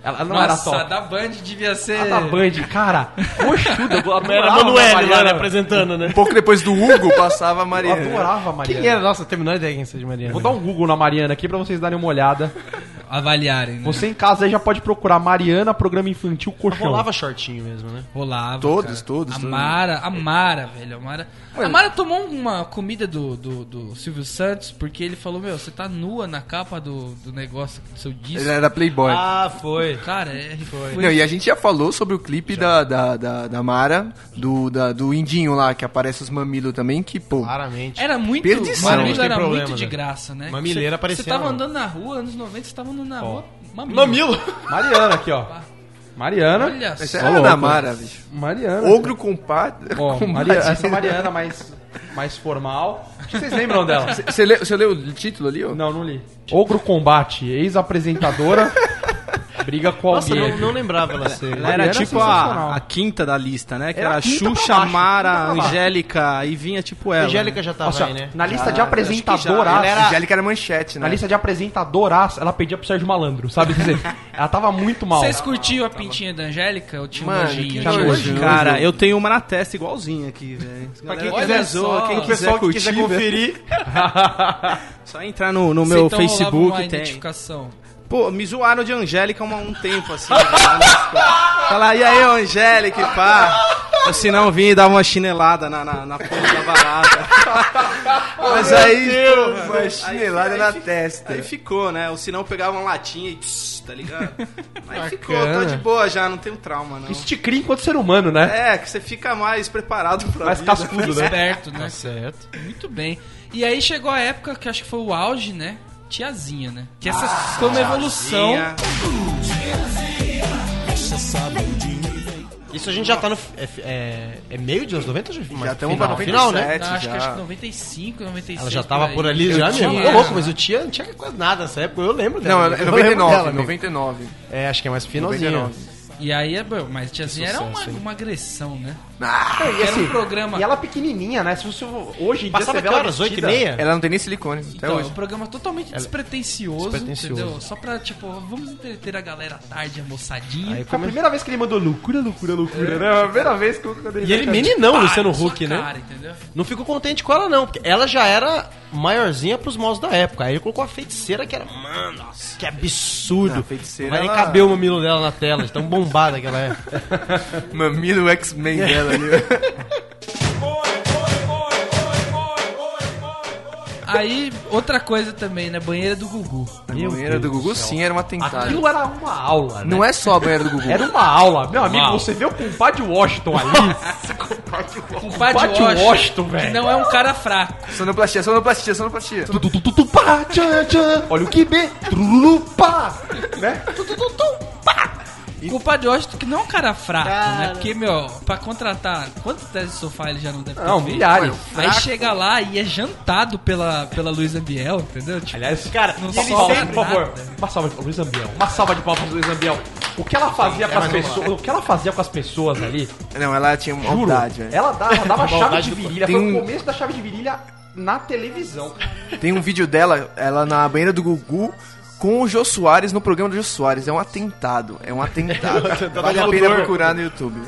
Speaker 2: Ela não era
Speaker 1: Nossa, é.
Speaker 2: top.
Speaker 1: da Band devia ser...
Speaker 2: A da Band, cara, coxuda. Eu
Speaker 5: Era
Speaker 2: adorava a
Speaker 5: Manoel lá, né,
Speaker 2: Mariana.
Speaker 5: apresentando, né?
Speaker 6: Um pouco depois do Hugo, passava a
Speaker 2: Eu
Speaker 6: Mariana.
Speaker 2: adorava a Mariana.
Speaker 5: Quem é? era? Nossa, eu tenho a menor ideia quem seja Mariana.
Speaker 2: Vou dar um Google na Mariana aqui pra vocês darem uma olhada.
Speaker 1: Avaliarem, né?
Speaker 2: Você em casa aí já pode procurar Mariana, programa infantil colchão.
Speaker 5: Rolava shortinho mesmo, né?
Speaker 1: Rolava.
Speaker 6: Todos,
Speaker 1: cara.
Speaker 6: todos,
Speaker 1: A
Speaker 6: todos.
Speaker 1: Mara, a Mara, velho. A Mara, a Mara tomou uma comida do, do, do Silvio Santos porque ele falou: Meu, você tá nua na capa do, do negócio, do seu
Speaker 6: Ele
Speaker 1: disco.
Speaker 6: era Playboy.
Speaker 5: Ah, foi.
Speaker 1: Cara, é. Foi.
Speaker 6: Não, e a gente já falou sobre o clipe da, da, da, da Mara, do, da- do Indinho lá, que aparece os mamilos também, que, pô,
Speaker 5: Ah, Claramente.
Speaker 1: Era muito.
Speaker 6: Perdição.
Speaker 1: Mamilos
Speaker 6: Não tem
Speaker 1: era
Speaker 5: problema,
Speaker 1: muito de
Speaker 5: velho.
Speaker 1: graça, né? Você-
Speaker 5: Mamileira
Speaker 1: Você
Speaker 5: aparecendo.
Speaker 1: tava andando na rua, anos 90, você tava andando na rua. Mamilo.
Speaker 2: Mariana aqui, ó. Mariana.
Speaker 1: Olha
Speaker 6: essa
Speaker 1: só.
Speaker 6: é a
Speaker 2: louco.
Speaker 6: Ana Mara, bicho.
Speaker 2: Mariana.
Speaker 6: Ogro com pato.
Speaker 2: Ó,
Speaker 6: com
Speaker 2: Maria-
Speaker 6: patinha.
Speaker 2: essa Mariana mais, mais formal. Acho que vocês lembram dela?
Speaker 6: Você leu, você leu o título ali, ó?
Speaker 2: Não, não li. Ogro Combate, ex-apresentadora. briga com
Speaker 5: Nossa,
Speaker 2: alguém.
Speaker 5: não, não lembrava ela ser.
Speaker 4: Ela era,
Speaker 2: Mariana
Speaker 4: tipo
Speaker 2: sensacional.
Speaker 4: a, a quinta da lista, né? Que
Speaker 2: Era
Speaker 4: era,
Speaker 2: a quinta pra
Speaker 4: Xuxa,
Speaker 2: baixo, quinta
Speaker 4: Mara,
Speaker 2: pra baixo.
Speaker 4: Angélica e vinha tipo ela.
Speaker 5: Angélica já tava
Speaker 2: Nossa,
Speaker 5: aí, né?
Speaker 2: na lista de
Speaker 6: Ela
Speaker 2: apresentadoras.
Speaker 6: era... Angélica era manchete, né?
Speaker 2: Na lista de apresentadoras, ela pedia pro Sérgio Malandro, sabe? Quer dizer, ela tava muito mal.
Speaker 1: Vocês curtiam a pintinha da Angélica? Eu tinha um
Speaker 6: Mano,
Speaker 1: nojinho.
Speaker 6: que
Speaker 1: Eu tinha um
Speaker 6: nojo.
Speaker 4: Tá
Speaker 1: nojinho.
Speaker 4: Cara, eu tenho uma na testa igualzinha aqui, velho.
Speaker 5: Pra
Speaker 4: Galera,
Speaker 5: quem
Speaker 1: olha
Speaker 5: quiser,
Speaker 1: só,
Speaker 5: quem
Speaker 1: o
Speaker 5: quiser,
Speaker 4: pessoal que
Speaker 5: quiser
Speaker 4: quiser
Speaker 5: conferir.
Speaker 4: (laughs) Só entrar no, no
Speaker 1: Você
Speaker 4: meu
Speaker 1: então rolava uma
Speaker 4: Facebook tem.
Speaker 1: identificação.
Speaker 4: Pô, me zoaram de Angélica há um tempo, assim. né? (laughs) Lá na escola. Falar, e aí, ô, Angélica, e pá. Eu, se não vim, dava uma chinelada na, na, na ponta da barata.
Speaker 6: Mas aí, pô, uma chinelada
Speaker 4: aí
Speaker 6: na
Speaker 4: fica-
Speaker 6: testa.
Speaker 4: Aí ficou, né? Ou se não, pegava uma latinha e... Tss, tá ligado? Aí ficou, tô de boa já, não tenho trauma, não.
Speaker 2: Isso te cria enquanto ser humano, né?
Speaker 4: É, que você fica mais preparado pra
Speaker 2: Mais
Speaker 4: vida.
Speaker 2: cascudo, né?
Speaker 1: Esperto, né?
Speaker 5: Tá Certo.
Speaker 1: Muito bem. E aí chegou a época que eu acho que foi o auge, né? Tiazinha, né? Que essa
Speaker 5: Ah,
Speaker 1: foi uma evolução.
Speaker 4: Tinha-
Speaker 5: Isso a gente já tá no. É, é- é meio de anos 90 já?
Speaker 6: Já estamos pra
Speaker 5: final,
Speaker 6: 97,
Speaker 5: final, né?
Speaker 1: Não, acho, que, acho
Speaker 6: já.
Speaker 1: que 95, 96.
Speaker 5: Ela já tava
Speaker 1: aí.
Speaker 5: por ali
Speaker 1: Eu
Speaker 5: já
Speaker 1: tinha-
Speaker 5: mesmo. Ô, louco, mas o Tia não tinha quase nada nessa época. Eu lembro dela. né?
Speaker 6: Não, é
Speaker 5: Eu lembro
Speaker 6: 99,
Speaker 5: dela, amigo.
Speaker 6: 99.
Speaker 5: É, acho que é mais finalzinho.
Speaker 6: 99.
Speaker 1: E aí, é bom, mas Tiazinha era uma,
Speaker 5: sucesso, hein?
Speaker 1: uma agressão, né?
Speaker 5: É,
Speaker 2: Ah, e,
Speaker 1: Era
Speaker 5: assim,
Speaker 1: um programa-
Speaker 2: e ela pequenininha, né? Se você hoje em dia
Speaker 5: Passava
Speaker 2: você vê
Speaker 5: que
Speaker 2: ela
Speaker 5: horas? Oito e
Speaker 2: vestida-
Speaker 5: meia?
Speaker 6: Ela não tem nem silicone, até
Speaker 1: Então, é um
Speaker 6: hoje.
Speaker 1: programa totalmente despretensioso,
Speaker 5: despretensioso.
Speaker 1: entendeu? Só pra, tipo, vamos entreter a galera à tarde, a moçadinha.
Speaker 2: Foi
Speaker 5: Aí
Speaker 2: a
Speaker 5: come...
Speaker 2: primeira vez que ele mandou loucura, loucura, loucura, né? Foi a
Speaker 5: É.
Speaker 2: primeira vez que eu... quando
Speaker 5: E ele
Speaker 2: vai-
Speaker 5: meninão,
Speaker 1: Pá,
Speaker 5: Luciano
Speaker 1: na sua
Speaker 5: Huck, né?
Speaker 1: cara, entendeu?
Speaker 5: Não ficou contente com ela, não, porque ela já era maiorzinha pros modos da época. Aí ele colocou a feiticeira que era. Mano, nossa, que absurdo.
Speaker 6: Ah, a feiticeira,
Speaker 5: Não Vai nem
Speaker 6: ela-
Speaker 5: caber o mamilo dela na tela, de tão bombada que ela é.
Speaker 6: Mamilo X-Men dela ali.
Speaker 1: Aí, outra coisa também, né? Banheira do Gugu.
Speaker 6: A
Speaker 5: Meu
Speaker 6: banheira do
Speaker 5: Deus
Speaker 6: Gugu
Speaker 5: do céu.
Speaker 6: sim era um atentado.
Speaker 5: Aquilo era uma aula, né?
Speaker 6: Não é só a banheira do Gugu.
Speaker 5: Era uma aula.
Speaker 2: Meu amigo, você vê o compadre Washington ali? (laughs)
Speaker 1: O
Speaker 2: Pat Washington, velho.
Speaker 1: Não é um cara fraco.
Speaker 6: Sonoplastia, sonoplastia, sonoplastia.
Speaker 2: Tu, tu, tu, tu, tu, pá, tchan, tchan. Olha o que bê, trululu, pá, né?
Speaker 1: O Culpa de Washington que não é um cara fraco, né? Porque, meu, pra contratar, quantos testes de sofá ele já não deve ter
Speaker 2: Não,
Speaker 1: feito?
Speaker 2: milhares.
Speaker 1: Aí chega lá e é jantado pela, pela Luísa Biel, entendeu? Tipo,
Speaker 2: Aliás, cara,
Speaker 1: não
Speaker 2: uma
Speaker 1: se
Speaker 2: salva,
Speaker 1: lembra
Speaker 2: por favor,
Speaker 5: né?
Speaker 1: nada.
Speaker 2: uma salva de palmas, Luiz Ambiel. Uma salva de palmas, Luiz Ambiel. O que ela fazia com as pessoas, o que ela fazia com as pessoas ali,
Speaker 6: Não, ela tinha uma
Speaker 2: juro,
Speaker 6: maldade, velho.
Speaker 2: ela dava,
Speaker 5: (laughs)
Speaker 2: dava chave de virilha,
Speaker 6: Tem
Speaker 2: foi o
Speaker 6: um-
Speaker 2: começo da chave de virilha na televisão.
Speaker 6: Tem um vídeo dela, ela na banheira do Gugu com o Jô Soares no programa do Jô Soares. É um atentado, é um atentado. vale a pena procurar no YouTube.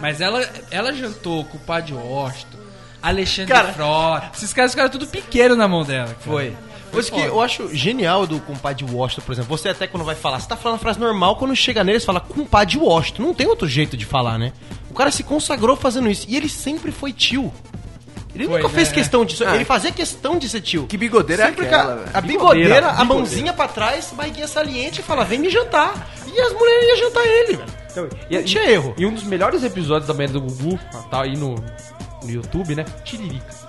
Speaker 1: Mas ela, ela jantou com o Padre Washington, Alexandre Frota. Esses caras ficaram tudo pequeno na mão dela. cara.
Speaker 5: Foi. Coisa que
Speaker 1: foda.
Speaker 5: eu acho genial do compadre Washington, por exemplo. Você até quando vai falar, você tá falando a frase normal, quando chega nele, você fala compadre Washington. Não tem outro jeito de falar, né? O cara se consagrou fazendo isso. E ele sempre foi tio. Ele
Speaker 1: Foi,
Speaker 5: nunca
Speaker 1: né?
Speaker 5: fez questão disso.
Speaker 6: Ah.
Speaker 5: ele fazia questão de ser tio.
Speaker 6: Que bigodeira é
Speaker 5: Sempre
Speaker 6: aquela,
Speaker 5: com
Speaker 6: velho?
Speaker 5: a, a bigodeira,
Speaker 2: Bigodeira,
Speaker 5: a mãozinha pra trás, barriguinha saliente e fala, vem me jantar. E as mulheres iam jantar ele, velho.
Speaker 2: Então, E,
Speaker 5: Não tinha erro.
Speaker 2: E um dos melhores episódios da banheira do Gugu, tá aí no, no YouTube, né? Tiririca.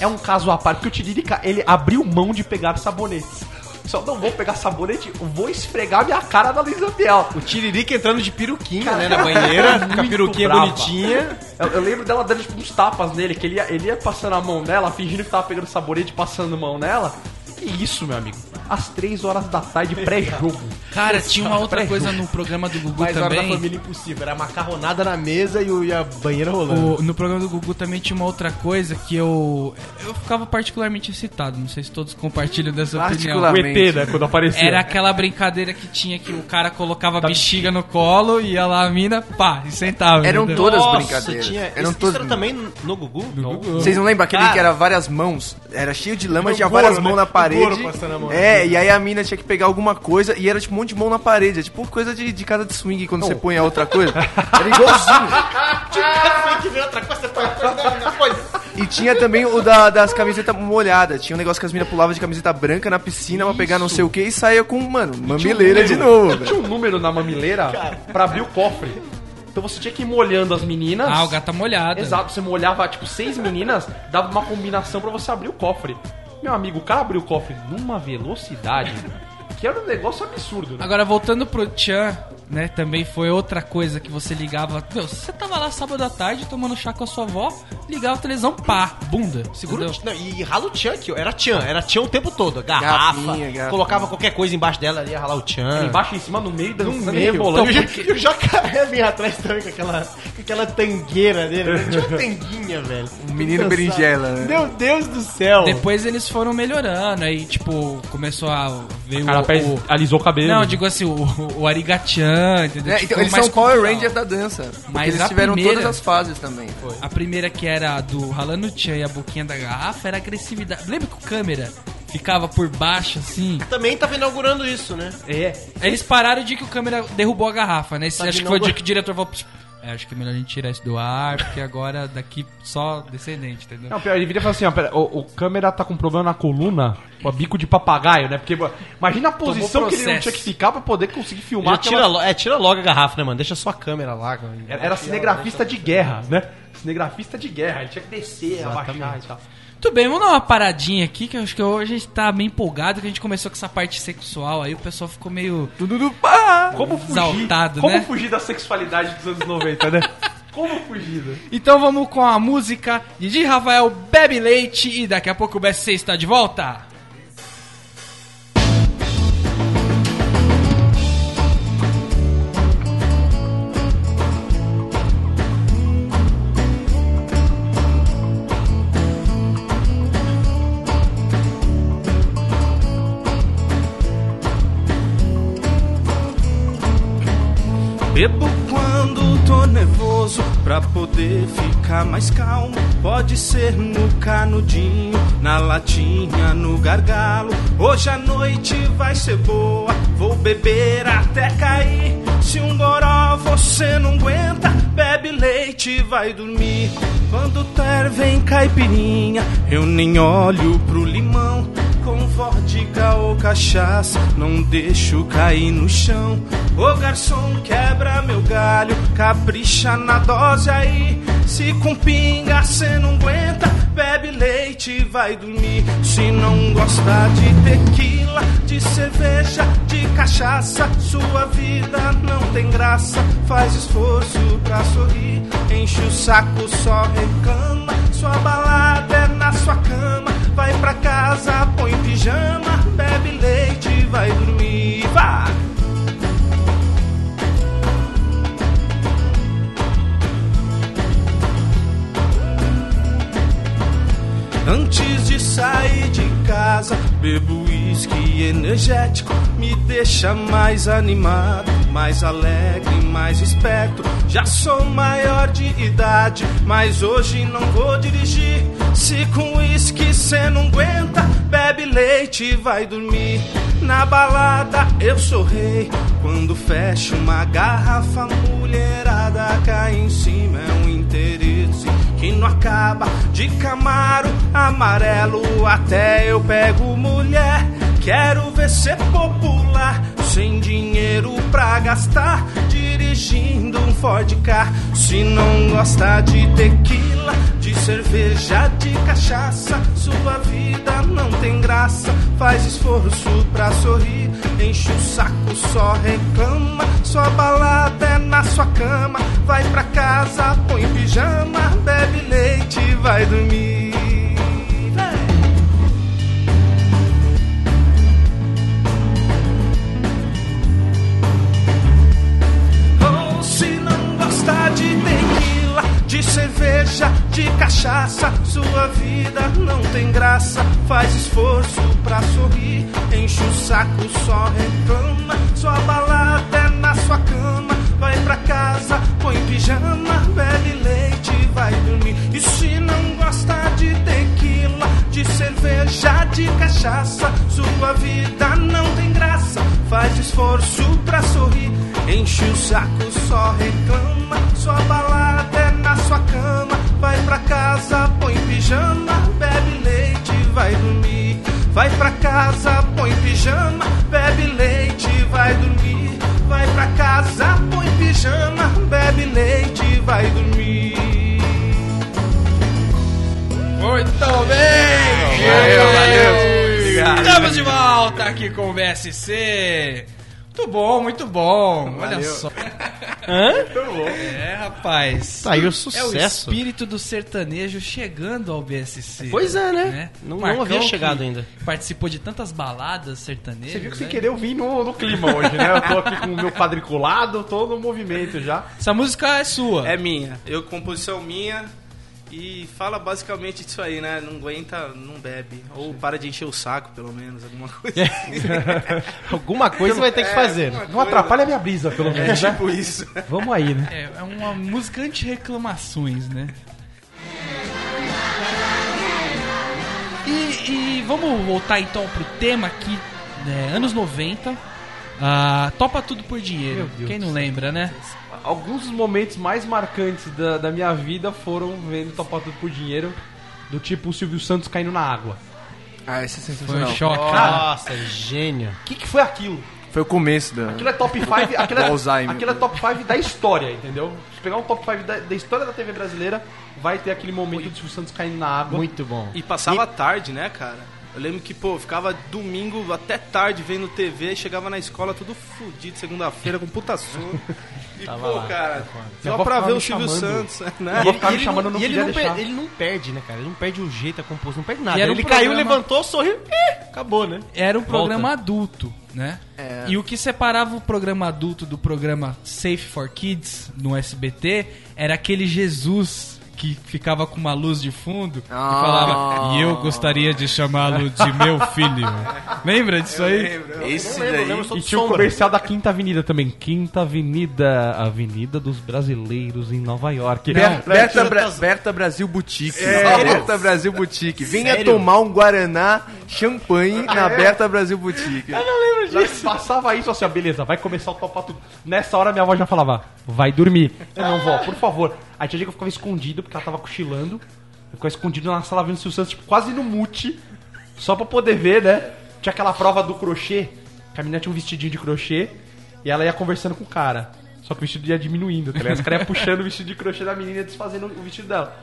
Speaker 2: É um caso à parte, porque o Tiririca, ele abriu mão de pegar sabonetes. Só não vou pegar sabonete, vou esfregar minha cara na Luísa Biel.
Speaker 5: O Tiririca entrando de peruquinha, né, na banheira, com a peruquinha
Speaker 2: é brava.
Speaker 5: bonitinha.
Speaker 2: Eu, eu lembro dela dando tipo, uns tapas nele, que ele ia, ele ia passando a mão nela, fingindo que tava pegando sabonete, passando a mão nela. E isso, meu amigo, às três horas da
Speaker 5: (laughs)
Speaker 2: tarde, pré-jogo.
Speaker 1: Cara, tinha uma outra coisa no programa do Gugu
Speaker 5: Mais hora da
Speaker 1: também.
Speaker 5: família impossível. Era macarronada na mesa e, o- e a banheira rolando.
Speaker 1: O- no programa do Gugu também tinha uma outra coisa que eu eu ficava particularmente excitado. Não sei se todos compartilham dessa opinião.
Speaker 2: O
Speaker 6: Particular-
Speaker 2: ET, né, quando apareceu.
Speaker 1: Era aquela brincadeira que tinha que o cara colocava a bexiga no colo e ia lá a mina, pá, e sentava.
Speaker 6: Eram
Speaker 1: entendeu?
Speaker 6: todas
Speaker 5: Nossa,
Speaker 6: brincadeiras.
Speaker 5: Tinha...
Speaker 6: Eram
Speaker 5: isso,
Speaker 6: todas-
Speaker 5: isso era também no Gugu? No Gugu.
Speaker 6: Vocês não lembram aquele
Speaker 5: Cara.
Speaker 6: que era várias mãos? Era cheio de lama,
Speaker 5: No
Speaker 6: tinha
Speaker 5: couro,
Speaker 6: várias
Speaker 5: né?
Speaker 6: mãos na
Speaker 5: No couro
Speaker 6: parede.
Speaker 5: passando a mão. né?
Speaker 6: É, e aí a mina tinha que pegar alguma coisa e era tipo um monte de mão na parede. É tipo coisa de, de casa de swing quando
Speaker 5: Oh.
Speaker 6: você põe a
Speaker 5: (laughs)
Speaker 6: outra coisa. Era igualzinho.
Speaker 5: Ah,
Speaker 6: E tinha também o da- das camisetas molhadas. Tinha um negócio que as minas pulavam de camiseta branca na piscina pra pegar não sei o que e saía com, mano,
Speaker 5: um
Speaker 2: é
Speaker 6: mamileira de novo. velho.
Speaker 2: Tinha um número na mamileira pra abrir o cofre. Então você tinha que ir molhando as meninas.
Speaker 1: Ah, o gata molhada.
Speaker 2: Exato, você molhava tipo seis meninas, dava uma combinação pra você abrir o cofre. Meu amigo, o cara abriu o cofre numa velocidade que era um negócio absurdo, né?
Speaker 1: Agora, voltando pro Tchan, né? Também foi outra coisa que você ligava. Meu, você tava lá sábado à tarde tomando chá com a sua avó, ligava a televisão, pá, bunda.
Speaker 5: Segura o
Speaker 1: entendeu?
Speaker 5: tchan- não, e rala o tchan aqui, ó. Era tchan, era tchan o tempo todo. Garrafa,
Speaker 6: Garrafinha, garrafa.
Speaker 5: colocava qualquer coisa embaixo dela ali, ia ralar o
Speaker 1: Ah.
Speaker 5: tchan.
Speaker 2: Embaixo, em cima, no meio, dançando
Speaker 5: Meu,
Speaker 2: e rebolando.
Speaker 5: então, e o jacaré vinha atrás também com aquela, com aquela tangueira dele. né? Tinha uma tanguinha, velho.
Speaker 6: Um menino berinjela, né?
Speaker 5: Meu Deus do céu.
Speaker 1: Depois eles foram melhorando, aí, tipo, começou a ver
Speaker 2: O cara pés-
Speaker 1: o. o...
Speaker 2: alisou o cabelo.
Speaker 1: Não, eu digo assim, o, o Arigatian, entendeu?
Speaker 6: É,
Speaker 1: Tipo,
Speaker 6: então
Speaker 1: foi
Speaker 6: eles
Speaker 1: mais
Speaker 6: são Power
Speaker 1: cultural.
Speaker 6: Rangers da dança. Porque
Speaker 1: Mas a
Speaker 6: eles tiveram
Speaker 1: primeira-
Speaker 6: todas as fases também.
Speaker 1: A primeira que era a do ralando o tchan e a boquinha da garrafa era agressividade. Lembra que o câmera ficava por baixo, assim?
Speaker 5: Também tava inaugurando isso, né?
Speaker 2: É.
Speaker 1: Eles pararam o dia que o câmera derrubou a garrafa, né? Esse-
Speaker 5: Tá
Speaker 1: acho
Speaker 5: de
Speaker 1: que foi o
Speaker 5: novo.
Speaker 1: dia que o diretor falou. "Pss, É, acho que é melhor a gente tirar isso do ar, porque agora daqui só descendente, entendeu?
Speaker 2: Não, pior, ele viria e falou assim, ó, pera, o, o câmera tá com problema na coluna, com a bico de papagaio, né? Porque bô, imagina a posição que ele não
Speaker 1: processo.
Speaker 2: tinha que ficar pra poder conseguir filmar
Speaker 5: Já
Speaker 2: aquela-
Speaker 5: tira, lo- é, tira logo a garrafa, né, mano? Deixa só a câmera lá. cara.
Speaker 2: Era, era cinegrafista de guerra, né? Cinegrafista de guerra, ele tinha que descer, abaixar e tal.
Speaker 1: Tudo bem, vamos dar uma paradinha aqui, que eu acho que hoje a gente tá meio empolgado, que a gente começou com essa parte sexual, aí o pessoal ficou meio.
Speaker 2: Como fugir,
Speaker 1: Exaltado,
Speaker 2: como
Speaker 1: né?
Speaker 2: fugir da sexualidade dos anos 90, né? Como fugir? né?
Speaker 1: Então vamos com a música de Rafael Bebe Leite e daqui a pouco o BSC está de volta.
Speaker 3: Thank
Speaker 4: Bebo quando tô nervoso pra poder ficar mais calmo. Pode ser no canudinho, na latinha, no gargalo. Hoje a noite vai ser boa, vou beber até cair. Se um goró você não aguenta, bebe leite e vai dormir. Quando ter vem caipirinha, eu nem olho pro limão. Com vodka ou cachaça, não deixo cair no chão. Ô garçom, quebra meu galho, capricha na dose aí. Se com pinga cê não aguenta, bebe leite e vai dormir. Se não gosta de tequila, de cerveja, de cachaça, sua vida não tem graça. Faz esforço pra sorrir, enche o saco, só reclama. Sua balada é na sua cama, vai pra casa, põe pijama, bebe leite e vai dormir. Vá! Antes de sair de casa, bebo uísque energético, me deixa mais animado, mais alegre, mais esperto. Já sou maior de idade, mas hoje não vou dirigir. Se com uísque cê não aguenta, bebe leite e vai dormir. Na balada eu sou rei, quando fecho uma garrafa, a mulherada cai em cima, é um interesse que não acaba de camaro amarelo até eu pego mulher. Quero ver ser popular, sem dinheiro pra gastar, dirigindo um Ford Car. Se não gosta de tequila, de cerveja, de cachaça, sua vida não tem graça. Faz esforço pra sorrir, enche o saco, só reclama. Sua balada é na sua cama, vai pra casa, põe pijama, bebe leite e vai dormir. Vai. Ou se não gosta de tequila, de cerveja, de cachaça, sua vida não tem graça. Faz esforço pra sorrir, enche o saco, só reclama. Sua balada é na sua cama, vai pra casa, põe pijama, bebe leite e vai dormir. E se não gosta de tequila, de cerveja, de cachaça, sua vida não tem graça. Faz esforço pra sorrir. Enche o saco, só reclama. Sua balada é na sua cama. Vai pra casa, põe pijama, bebe leite e vai dormir. Vai pra casa, põe pijama, bebe leite e vai dormir. Vai pra casa, põe pijama, bebe leite e vai dormir.
Speaker 1: Muito bem!
Speaker 6: Valeu,
Speaker 1: Estamos de volta aqui com o BSC. Muito bom, muito bom. Olha só. (laughs) É, rapaz.
Speaker 5: Tá aí o
Speaker 1: É o
Speaker 5: sucesso.
Speaker 1: espírito do sertanejo chegando ao BSC.
Speaker 5: Pois é, né? Não- não
Speaker 1: Marcão
Speaker 5: havia chegado
Speaker 1: que
Speaker 5: ainda.
Speaker 1: Participou de tantas baladas sertanejas.
Speaker 2: Você viu que sem
Speaker 1: né?
Speaker 2: querer eu vim no, no clima hoje, né? Eu tô aqui com o meu quadriculado, tô no movimento já.
Speaker 1: Essa música é sua.
Speaker 4: É minha, eu composição minha. E fala basicamente disso aí, né? Não aguenta, não bebe. Ou para de encher o saco, pelo menos, alguma coisa.
Speaker 2: É.
Speaker 5: Alguma coisa vai ter que fazer.
Speaker 2: Não atrapalha a minha brisa, pelo menos, (laughs) né?
Speaker 4: (laughs) Tipo isso.
Speaker 5: Vamos aí, né?
Speaker 1: É, é uma música anti-reclamações, né? E, e vamos voltar então pro tema aqui, né? anos 90. Ah, topa tudo por dinheiro. Quem não lembra, né?
Speaker 2: Alguns dos momentos mais marcantes da, da minha vida foram vendo Topa Tudo por Dinheiro, do tipo o Silvio Santos caindo na água.
Speaker 6: Ah, esse é
Speaker 1: Foi um
Speaker 6: sensacional.
Speaker 1: choque. cara.
Speaker 5: Nossa, é gênio.
Speaker 2: O que, que foi aquilo?
Speaker 6: Foi o começo da.
Speaker 2: Aquilo é top 5 aquilo (laughs) é,
Speaker 6: Do Alzheimer.
Speaker 2: aquilo é top 5 da história, entendeu? Se pegar um top 5 da, da história da TV brasileira, vai ter aquele momento do Silvio Santos caindo na água.
Speaker 5: Muito bom.
Speaker 4: E passava tarde, né, cara? Eu lembro que, pô, eu ficava domingo até tarde vendo TV, chegava na escola todo fudido, segunda-feira, com puta sono. E, pô, cara,
Speaker 2: Minha
Speaker 4: só
Speaker 2: avó
Speaker 4: pra
Speaker 2: ficava
Speaker 4: ver o
Speaker 2: me
Speaker 4: Silvio
Speaker 2: chamando.
Speaker 4: Santos, (laughs)
Speaker 2: Minha
Speaker 4: né?
Speaker 2: avó ficava me chamando, eu não
Speaker 5: e é ele
Speaker 2: queria
Speaker 5: não,
Speaker 2: deixar.
Speaker 5: per- ele não perde, né, cara? Ele não perde o jeito, a composição, não perde nada.
Speaker 1: E era um
Speaker 5: Ele caiu,
Speaker 1: programa-
Speaker 5: levantou, sorriu e acabou, né?
Speaker 1: Era um
Speaker 5: Volta.
Speaker 1: programa adulto, né? E o que separava o programa adulto do programa Safe for Kids no SBT era aquele Jesus que ficava com uma luz de fundo
Speaker 6: Ah.
Speaker 1: e falava, e eu gostaria de chamá-lo de meu filho. Lembra disso aí?
Speaker 6: Esse
Speaker 2: E tinha o comercial da Quinta Avenida também. Quinta Avenida, Avenida dos Brasileiros em Nova York.
Speaker 6: Ber-
Speaker 2: Não,
Speaker 6: Berta, Bra- Berta Brasil Boutique. Berta Brasil Boutique. Venha tomar um Guaraná champanhe na Berta Brasil Boutique.
Speaker 2: Eu não lembro disso. Passava isso assim, ó, beleza, vai começar o topato. Nessa hora minha avó já falava, vai dormir. Eu não, vó, por favor. Aí tinha dia que eu ficava escondido, porque ela tava cochilando. Eu ficava escondido na sala vendo o Silvio Santos, tipo, quase no mute. Só pra poder ver, né? Tinha aquela prova do crochê, que a menina tinha um vestidinho de crochê, e ela ia conversando com o cara. Só que o vestido ia diminuindo, tá ligado? Os caras iam puxando o vestido de crochê da menina e desfazendo o vestido dela.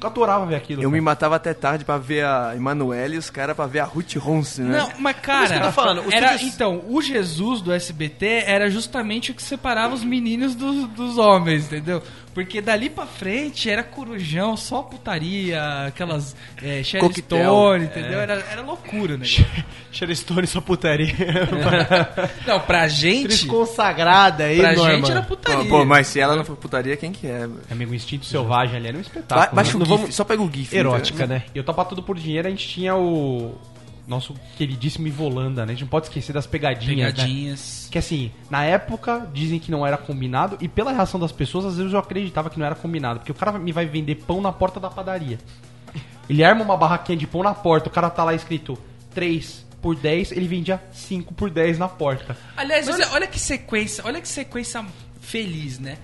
Speaker 2: Eu adorava ver aquilo.
Speaker 6: Eu me
Speaker 2: cara.
Speaker 6: matava até tarde pra ver a Emanuele e os caras pra ver a Ruth Ronce, né?
Speaker 1: Não, mas cara,
Speaker 5: eu tô falando, os
Speaker 1: era,
Speaker 5: vídeos-
Speaker 1: então, o Jesus do SBT era justamente o que separava os meninos dos, dos homens, entendeu? Porque dali pra frente era corujão, só putaria, aquelas é, Sherry
Speaker 6: Coquetel.
Speaker 1: Stone, entendeu? Era, era loucura, né?
Speaker 2: (laughs)
Speaker 5: Xerestone só putaria.
Speaker 1: Não, pra gente,
Speaker 5: Desconsagrada aí,
Speaker 1: pra
Speaker 5: Norma.
Speaker 1: gente era
Speaker 6: Pô,
Speaker 1: putaria.
Speaker 6: pô, mas se ela não for putaria, quem que é? velho?
Speaker 2: Amigo, instinto selvagem ali era um espetáculo.
Speaker 6: Ba baixa o
Speaker 2: Não
Speaker 6: GIF,
Speaker 2: vamos-
Speaker 6: só pega o GIF.
Speaker 5: Erótica,
Speaker 6: entendeu?
Speaker 5: né?
Speaker 2: E eu topar tudo por dinheiro, a gente tinha o nosso queridíssimo Ivolanda, né? A gente não pode esquecer das pegadinhas, né?
Speaker 1: Pegadinhas.
Speaker 2: Que assim, na época dizem que não era combinado e pela reação das pessoas, às vezes eu acreditava que não era combinado, porque o cara me vai vender pão na porta da padaria. Ele arma uma barraquinha de pão na porta, o cara tá lá escrito 3 por 10, ele vendia 5 por 10 na porta.
Speaker 1: Aliás, olha, olha que sequência, olha que sequência feliz, né?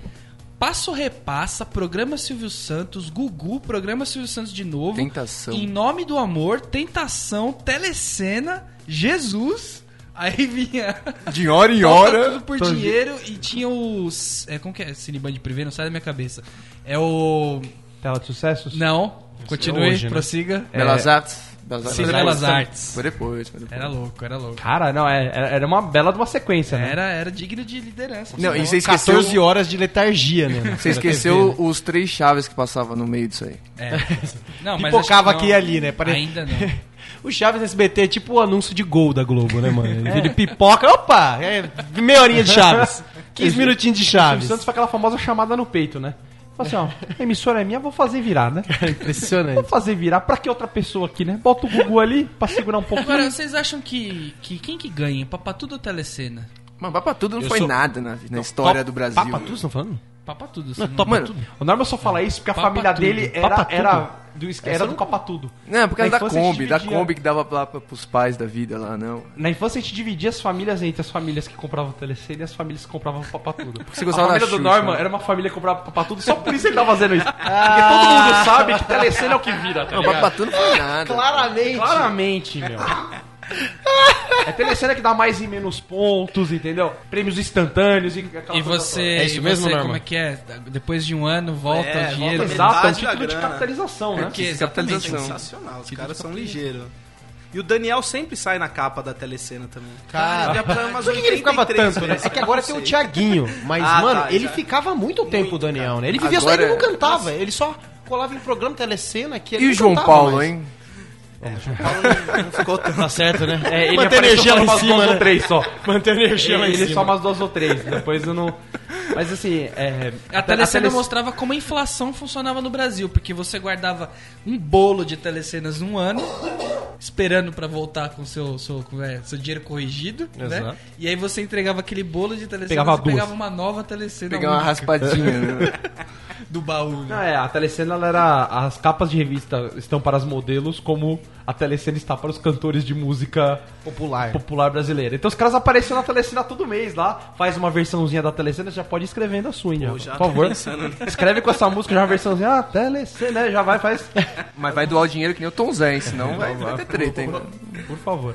Speaker 1: Passo repassa, programa Silvio Santos, Gugu, programa Silvio Santos de novo.
Speaker 6: Tentação.
Speaker 1: Em nome do amor, tentação, telecena, Jesus. Aí vinha.
Speaker 6: (laughs) De hora em
Speaker 1: Toca
Speaker 6: hora.
Speaker 1: Tudo por dinheiro e tinha os. É, como que é? Cineband Privé, não sai da minha cabeça. É o.
Speaker 2: Tela de sucessos?
Speaker 1: Não.
Speaker 6: é
Speaker 1: Continue,
Speaker 5: hoje, né?
Speaker 1: prossiga.
Speaker 6: Belas Artes. Belas
Speaker 1: Sim, Belas Artes.
Speaker 6: Foi depois, foi depois.
Speaker 1: Era louco, era louco.
Speaker 2: Cara, não, é- era era uma bela de uma sequência, né?
Speaker 1: Era, era digno de liderança.
Speaker 6: Não, e você esqueceu,
Speaker 5: 14 horas de letargia, né?
Speaker 6: você esqueceu os três chaves que passavam no meio disso aí.
Speaker 1: É. Não, mas
Speaker 5: Pipocava
Speaker 1: acho que
Speaker 5: aqui e ali, né? Pare-
Speaker 1: Ainda não.
Speaker 5: O Chaves SBT é tipo o anúncio de gol da Globo,
Speaker 2: (laughs)
Speaker 5: né, mano?
Speaker 2: É.
Speaker 5: Ele pipoca, opa! É meia horinha de Chaves. 15 minutinhos de
Speaker 2: O Silvio
Speaker 5: Chaves.
Speaker 2: Santos foi aquela famosa chamada no peito, né? Fala assim, ó, a emissora é minha, vou fazer virar, né? Vou
Speaker 5: Impressionante.
Speaker 2: fazer virar. Pra que outra pessoa aqui, né? Bota o Gugu ali pra segurar um
Speaker 1: (laughs)
Speaker 2: pouquinho.
Speaker 1: Agora, vocês acham que, que quem que ganha? Papatudo ou Telecena?
Speaker 6: Mano, Papatudo não
Speaker 5: Eu
Speaker 6: foi
Speaker 5: sou-
Speaker 6: nada na, na história do Brasil.
Speaker 5: Papa, tu estão falando?
Speaker 1: Papatudo. Não,
Speaker 6: Mano,
Speaker 2: O Norma só fala isso porque a
Speaker 1: Papa
Speaker 2: família
Speaker 1: tudo.
Speaker 2: dele era,
Speaker 5: Papa
Speaker 2: era do, esque- era do Papatudo.
Speaker 6: não, é por causa
Speaker 2: Na
Speaker 6: da
Speaker 2: infância a gente
Speaker 6: Kombi, da
Speaker 2: dividia-
Speaker 6: Kombi que dava pra, pra, pros pais da vida lá, não.
Speaker 2: Na infância a gente dividia as famílias entre as famílias que compravam telecena e as famílias que compravam papatudo.
Speaker 6: você
Speaker 2: a
Speaker 6: gostava
Speaker 2: família
Speaker 6: da
Speaker 2: do
Speaker 6: Xuxa,
Speaker 2: Norma
Speaker 6: né?
Speaker 2: era uma família que comprava papatudo, só por isso ele tá fazendo (laughs) isso. Porque todo mundo sabe que telecena é o que vira, tá
Speaker 6: Não,
Speaker 2: ligado?
Speaker 6: Papatudo não foi
Speaker 5: (laughs)
Speaker 6: nada.
Speaker 5: Claramente.
Speaker 2: Claramente, meu. É telecena que dá mais e menos pontos, entendeu? Prêmios instantâneos e aquela
Speaker 1: E
Speaker 2: coisa
Speaker 1: você,
Speaker 2: toda.
Speaker 5: É isso
Speaker 1: e
Speaker 5: mesmo,
Speaker 1: você,
Speaker 5: Norma?
Speaker 1: como é que é? Depois de um ano, volta
Speaker 4: É,
Speaker 1: o dinheiro.
Speaker 4: volta
Speaker 2: Exato, é um
Speaker 4: Metade da
Speaker 2: título de
Speaker 4: grana.
Speaker 2: capitalização, né?
Speaker 1: Porque, exatamente.
Speaker 6: Capitalização.
Speaker 4: Sensacional, os caras são ligeiros. E o Daniel sempre sai na capa da telecena também.
Speaker 5: Cara,
Speaker 4: já foi umas
Speaker 5: por que, que é ele ficava
Speaker 4: 83
Speaker 5: tanto, né?
Speaker 4: vezes,
Speaker 5: É que
Speaker 4: eu
Speaker 5: agora
Speaker 4: não
Speaker 5: tem o
Speaker 4: sei.
Speaker 5: Tiaguinho. Mas,
Speaker 4: Ah,
Speaker 5: mano,
Speaker 4: tá,
Speaker 5: ele
Speaker 4: já.
Speaker 5: ficava muito tempo, o Daniel, né? Ele vivia só,
Speaker 6: Agora-
Speaker 2: é-
Speaker 5: ele não cantava. Ele só colava em programa telecena que ele
Speaker 6: E
Speaker 5: não
Speaker 6: o João
Speaker 5: cantava
Speaker 6: Paulo,
Speaker 5: mais.
Speaker 6: hein?
Speaker 4: Não
Speaker 5: (laughs)
Speaker 4: ficou tanto.
Speaker 5: Tá certo, né? É, ele
Speaker 2: Manter
Speaker 5: apareceu
Speaker 2: energia lá em
Speaker 5: umas
Speaker 2: cima,
Speaker 5: duas
Speaker 2: né?
Speaker 5: ou
Speaker 2: (laughs)
Speaker 5: três só. Manter energia lá
Speaker 2: Ele,
Speaker 5: em
Speaker 2: ele
Speaker 5: cima.
Speaker 2: só umas duas ou três, depois eu não... Mas assim, é...
Speaker 1: A telecena mostrava como a inflação funcionava no Brasil, porque você guardava um bolo de telecenas num ano, esperando pra voltar com seu seu, com, é, seu dinheiro corrigido, né?
Speaker 5: Exato.
Speaker 1: E aí você entregava aquele bolo de telecenas
Speaker 2: Pegava
Speaker 1: e pegava
Speaker 2: duas.
Speaker 1: uma nova telecena
Speaker 6: Pegar uma
Speaker 1: única
Speaker 6: raspadinha, né?
Speaker 1: (laughs) do baú.
Speaker 2: Não,
Speaker 1: Né?
Speaker 2: é, a telecena ela era... As capas de revista estão para as modelos, como a telecena está para os cantores de música
Speaker 5: Popular.
Speaker 2: popular brasileira. Então os caras apareciam na telecena todo mês lá, faz uma versãozinha da telecena, já pode ir escrevendo a sua, hein, já,
Speaker 4: já
Speaker 2: por
Speaker 4: tô
Speaker 2: favor.
Speaker 4: pensando, né?
Speaker 2: Escreve com essa música já uma versãozinha, ah, telecena, né, já vai, faz...
Speaker 6: Mas vai doar o dinheiro que nem o Tom Zé, hein? senão vai, vai ter treta ainda.
Speaker 2: Por favor.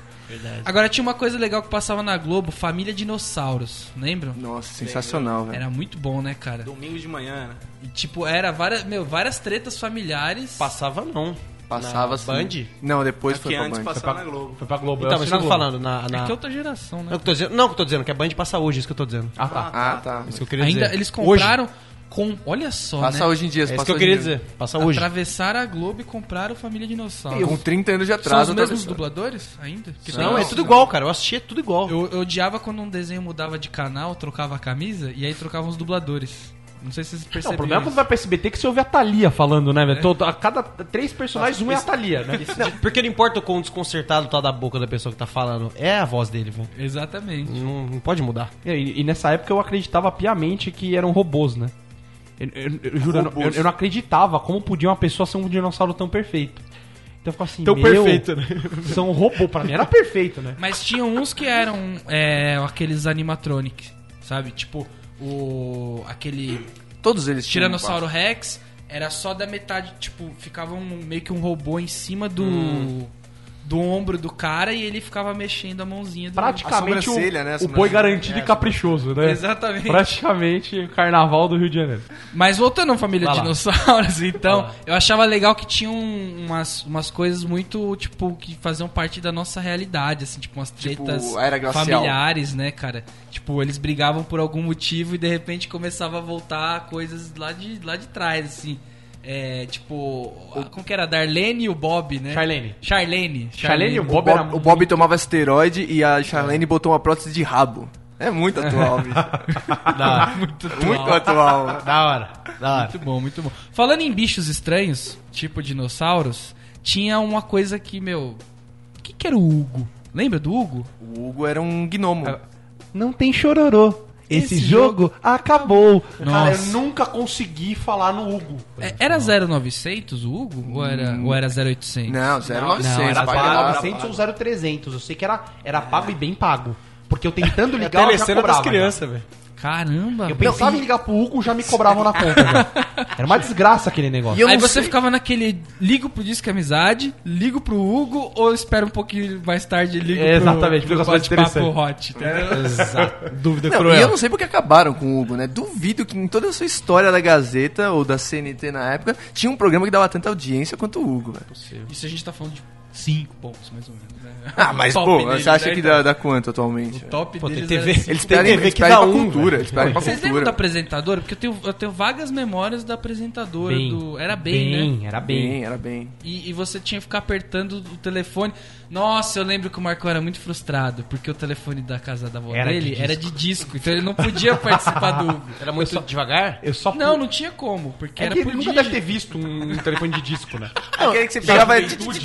Speaker 1: Agora tinha uma coisa legal que passava na Globo, Família Dinossauros, lembram?
Speaker 6: Nossa, sensacional, velho.
Speaker 1: Era muito bom, né, cara?
Speaker 4: Domingo de manhã, né?
Speaker 1: E, tipo, era várias, meu, várias tretas familiares.
Speaker 5: Passava não.
Speaker 6: Passava
Speaker 5: É,
Speaker 6: assim.
Speaker 5: Na Band? É
Speaker 6: Não, depois
Speaker 4: Porque
Speaker 6: foi pra
Speaker 4: antes
Speaker 6: Band.
Speaker 4: passava na Globo.
Speaker 2: Foi pra Globo.
Speaker 5: Então,
Speaker 2: eu
Speaker 5: mas
Speaker 2: assisti
Speaker 5: eu
Speaker 2: na
Speaker 5: tô
Speaker 2: Globo.
Speaker 5: falando na... na-
Speaker 1: É que é outra geração, né?
Speaker 5: Não, que eu tô dizendo, não, que eu tô dizendo, que a Band passa hoje, é isso que eu tô dizendo.
Speaker 2: Ah, tá.
Speaker 6: Ah, tá.
Speaker 5: É Isso que eu queria
Speaker 1: Ainda
Speaker 5: dizer.
Speaker 1: eles
Speaker 5: Hoje.
Speaker 1: compraram com. Olha só,
Speaker 6: Passa
Speaker 1: né?
Speaker 6: hoje em dia.
Speaker 5: É isso
Speaker 6: passa
Speaker 5: que eu
Speaker 6: hoje um em
Speaker 5: queria
Speaker 6: dia.
Speaker 5: dizer. Passa
Speaker 1: Tá
Speaker 5: hoje.
Speaker 1: Atravessaram a Globo e compraram Família Dinossauro.
Speaker 6: Com 30 anos de
Speaker 1: São os
Speaker 6: atraso.
Speaker 1: mesmos
Speaker 6: talvez.
Speaker 1: dubladores ainda? Porque
Speaker 5: Não, é
Speaker 1: tem- um-
Speaker 5: tudo igual, cara. Eu assisti, é tudo igual.
Speaker 1: Eu, eu odiava quando um desenho mudava de canal, trocava a camisa e aí trocavam os dubladores. Não sei se vocês
Speaker 2: Não,
Speaker 1: perceberam.
Speaker 2: o problema é quando
Speaker 1: isso.
Speaker 2: vai pra SBT que você ouve a Thalia falando, né?
Speaker 5: É.
Speaker 2: velho? Todo- a cada três personagens, um é a Thalia, né?
Speaker 5: Porque não importa o quão desconcertado tá da boca da pessoa que tá falando, é a voz dele, velho.
Speaker 1: Exatamente.
Speaker 5: Não, não pode mudar.
Speaker 2: É, E, e nessa época eu acreditava piamente que eram robôs, né? Eu, eu- eu juro, eu não- eu, eu não acreditava como podia uma pessoa ser um dinossauro tão perfeito. Então eu ficava assim,
Speaker 5: Tão
Speaker 2: meu,
Speaker 5: perfeito, né?
Speaker 2: (laughs) são robô, pra mim era perfeito, né?
Speaker 1: Mas tinha uns que eram é, aqueles animatronics, sabe? Tipo, o. aquele
Speaker 6: Todos eles tinham um
Speaker 1: Tiranossauro Rex era só da metade, tipo, ficava um- meio que um robô em cima do. do ombro do cara e ele ficava mexendo a mãozinha do.
Speaker 6: A
Speaker 2: Praticamente o,
Speaker 6: sobrancelha, né? A
Speaker 2: o boi
Speaker 6: sobrancelha.
Speaker 2: garantido e carprichoso,
Speaker 1: (laughs)
Speaker 2: né?
Speaker 1: Exatamente.
Speaker 2: Praticamente o carnaval do Rio de Janeiro.
Speaker 1: Mas voltando à família
Speaker 5: Vai lá.
Speaker 1: dinossauros, (laughs) então, eu achava legal que tinham umas, umas coisas muito, tipo, que faziam parte da nossa realidade, assim, tipo, umas
Speaker 6: Tipo,
Speaker 1: tretas
Speaker 6: a era glacial.
Speaker 1: familiares, né, cara? Tipo, eles brigavam por algum motivo e de repente começava a voltar coisas lá de, lá de trás, assim. É, tipo, a- como que era? A Darlene e o Bob, né?
Speaker 2: Charlene.
Speaker 1: Charlene.
Speaker 2: Charlene e o
Speaker 6: O
Speaker 2: Bob, era
Speaker 6: Bob, o Bob tomava esteroide e a
Speaker 5: É.
Speaker 6: Charlene botou uma prótese de rabo. É muito
Speaker 5: (laughs)
Speaker 6: atual, bicho.
Speaker 5: Da hora.
Speaker 1: Muito atual.
Speaker 6: Muito atual.
Speaker 5: da hora. Da hora.
Speaker 1: Muito bom, muito bom. Falando em bichos estranhos, tipo dinossauros, tinha uma coisa que, meu. O que, que era o Hugo? Lembra do Hugo?
Speaker 6: O Hugo era um gnomo.
Speaker 5: É,
Speaker 2: Não tem chororô.
Speaker 1: Esse jogo
Speaker 2: acabou. Cara, eu
Speaker 1: Nossa.
Speaker 2: nunca consegui falar no Hugo.
Speaker 1: É, era 0900 o Hugo? Ou era,
Speaker 6: Hum.
Speaker 1: ou era 0800?
Speaker 6: Não, 0900.
Speaker 5: Não, era
Speaker 6: pai,
Speaker 5: 0900 ou 0300. Eu sei que era, era pago e bem pago. Porque eu
Speaker 2: (laughs)
Speaker 5: tentando
Speaker 2: É a
Speaker 5: ligar, eu já
Speaker 2: telecena das
Speaker 5: cobrava. né?
Speaker 2: crianças,
Speaker 5: velho.
Speaker 1: Caramba!
Speaker 5: Eu pensava em ligar pro Hugo, já me cobravam na conta.
Speaker 2: né?
Speaker 5: já. Era uma desgraça aquele negócio.
Speaker 1: (laughs)
Speaker 6: E eu
Speaker 1: Aí
Speaker 6: não
Speaker 1: você
Speaker 6: sei.
Speaker 1: ficava naquele ligo pro Disque Amizade, ligo pro Hugo, ou espera um pouquinho mais tarde e ligo
Speaker 2: É, exatamente,
Speaker 1: pro, pro
Speaker 2: porque eu gosto mais
Speaker 1: bate-papo hot. entendeu?
Speaker 5: Exato. Dúvida
Speaker 6: Não, e eu não sei porque acabaram com o Hugo, né? Duvido que em toda a sua história da Gazeta ou da CNT na época, tinha um programa que dava tanta audiência quanto o Hugo, velho.
Speaker 1: Isso a gente tá falando de 5 pontos, mais ou menos. né?
Speaker 6: É. Ah, mas
Speaker 1: (laughs) Top
Speaker 6: pô,
Speaker 1: deles,
Speaker 6: você acha
Speaker 1: né,
Speaker 6: que
Speaker 1: então?
Speaker 6: dá, dá quanto atualmente?
Speaker 1: O top
Speaker 5: tem
Speaker 1: deles
Speaker 5: TV.
Speaker 1: era cinco.
Speaker 6: Eles pedem,
Speaker 5: TV
Speaker 6: eles
Speaker 5: que
Speaker 6: pedem
Speaker 5: dá
Speaker 6: pra
Speaker 5: um,
Speaker 6: cultura,
Speaker 5: velho.
Speaker 6: eles pedem pra
Speaker 1: Vocês lembram da
Speaker 6: cultura.
Speaker 1: apresentadora? Porque eu tenho, eu tenho vagas memórias da apresentadora
Speaker 5: Bem.
Speaker 1: do. Era bem,
Speaker 5: Bem,
Speaker 1: né?
Speaker 5: era bem.
Speaker 6: Bem, era bem.
Speaker 1: E, e você tinha que ficar apertando o telefone. Nossa, eu lembro que o Marco era muito frustrado, porque o telefone da casa da avó
Speaker 5: Era de
Speaker 1: dele
Speaker 5: disco.
Speaker 1: era de disco, então ele não
Speaker 5: (laughs)
Speaker 1: podia participar do Hugo.
Speaker 5: Era muito devagar?
Speaker 2: Eu só
Speaker 1: Não, não tinha como, porque
Speaker 2: É
Speaker 1: era
Speaker 2: que
Speaker 1: por
Speaker 2: ele nunca
Speaker 1: dígito.
Speaker 2: deve ter visto um telefone de disco, né?
Speaker 6: É Aquele que você pegava...
Speaker 5: (laughs)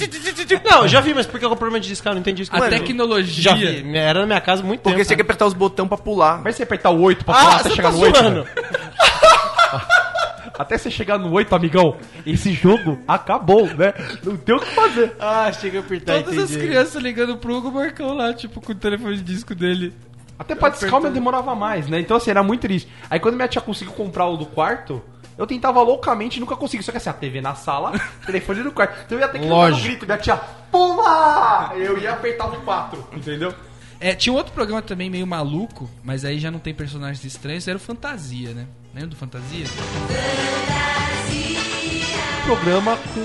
Speaker 5: Não, eu já vi, mas por que é o problema de discar? Eu não entendi isso.
Speaker 1: A tecnologia.
Speaker 5: Já vi. Era na minha casa há muito tempo. né?
Speaker 6: Porque você tinha que apertar os botões pra pular.
Speaker 2: Mas é você apertar o 8 pra pular,
Speaker 5: Ah,
Speaker 2: até
Speaker 5: você
Speaker 2: chegar
Speaker 5: tá
Speaker 2: no 8.
Speaker 5: zoando.
Speaker 2: velho. (laughs) Até você chegar no 8, amigão, esse jogo acabou, né? Não tem o que fazer.
Speaker 5: Ah, chega a apertar,
Speaker 1: Todas as crianças ligando pro Hugo Marcão lá, tipo, com o telefone de disco dele.
Speaker 2: Até pra discar, mas demorava mais, né? Então, assim, era muito triste. Aí, quando minha tia conseguiu comprar o do quarto, eu tentava loucamente e nunca consegui. Só que, assim, a TV na sala, (laughs) o telefone no quarto. Então, eu ia ter que dar um
Speaker 5: Lógico.
Speaker 2: grito. Minha tia, pula! Eu ia apertar o 4, entendeu?
Speaker 1: É, tinha um outro programa também meio maluco, mas aí já não tem personagens estranhos, era o Fantasia, né? Lembra do Fantasia?
Speaker 2: programa com.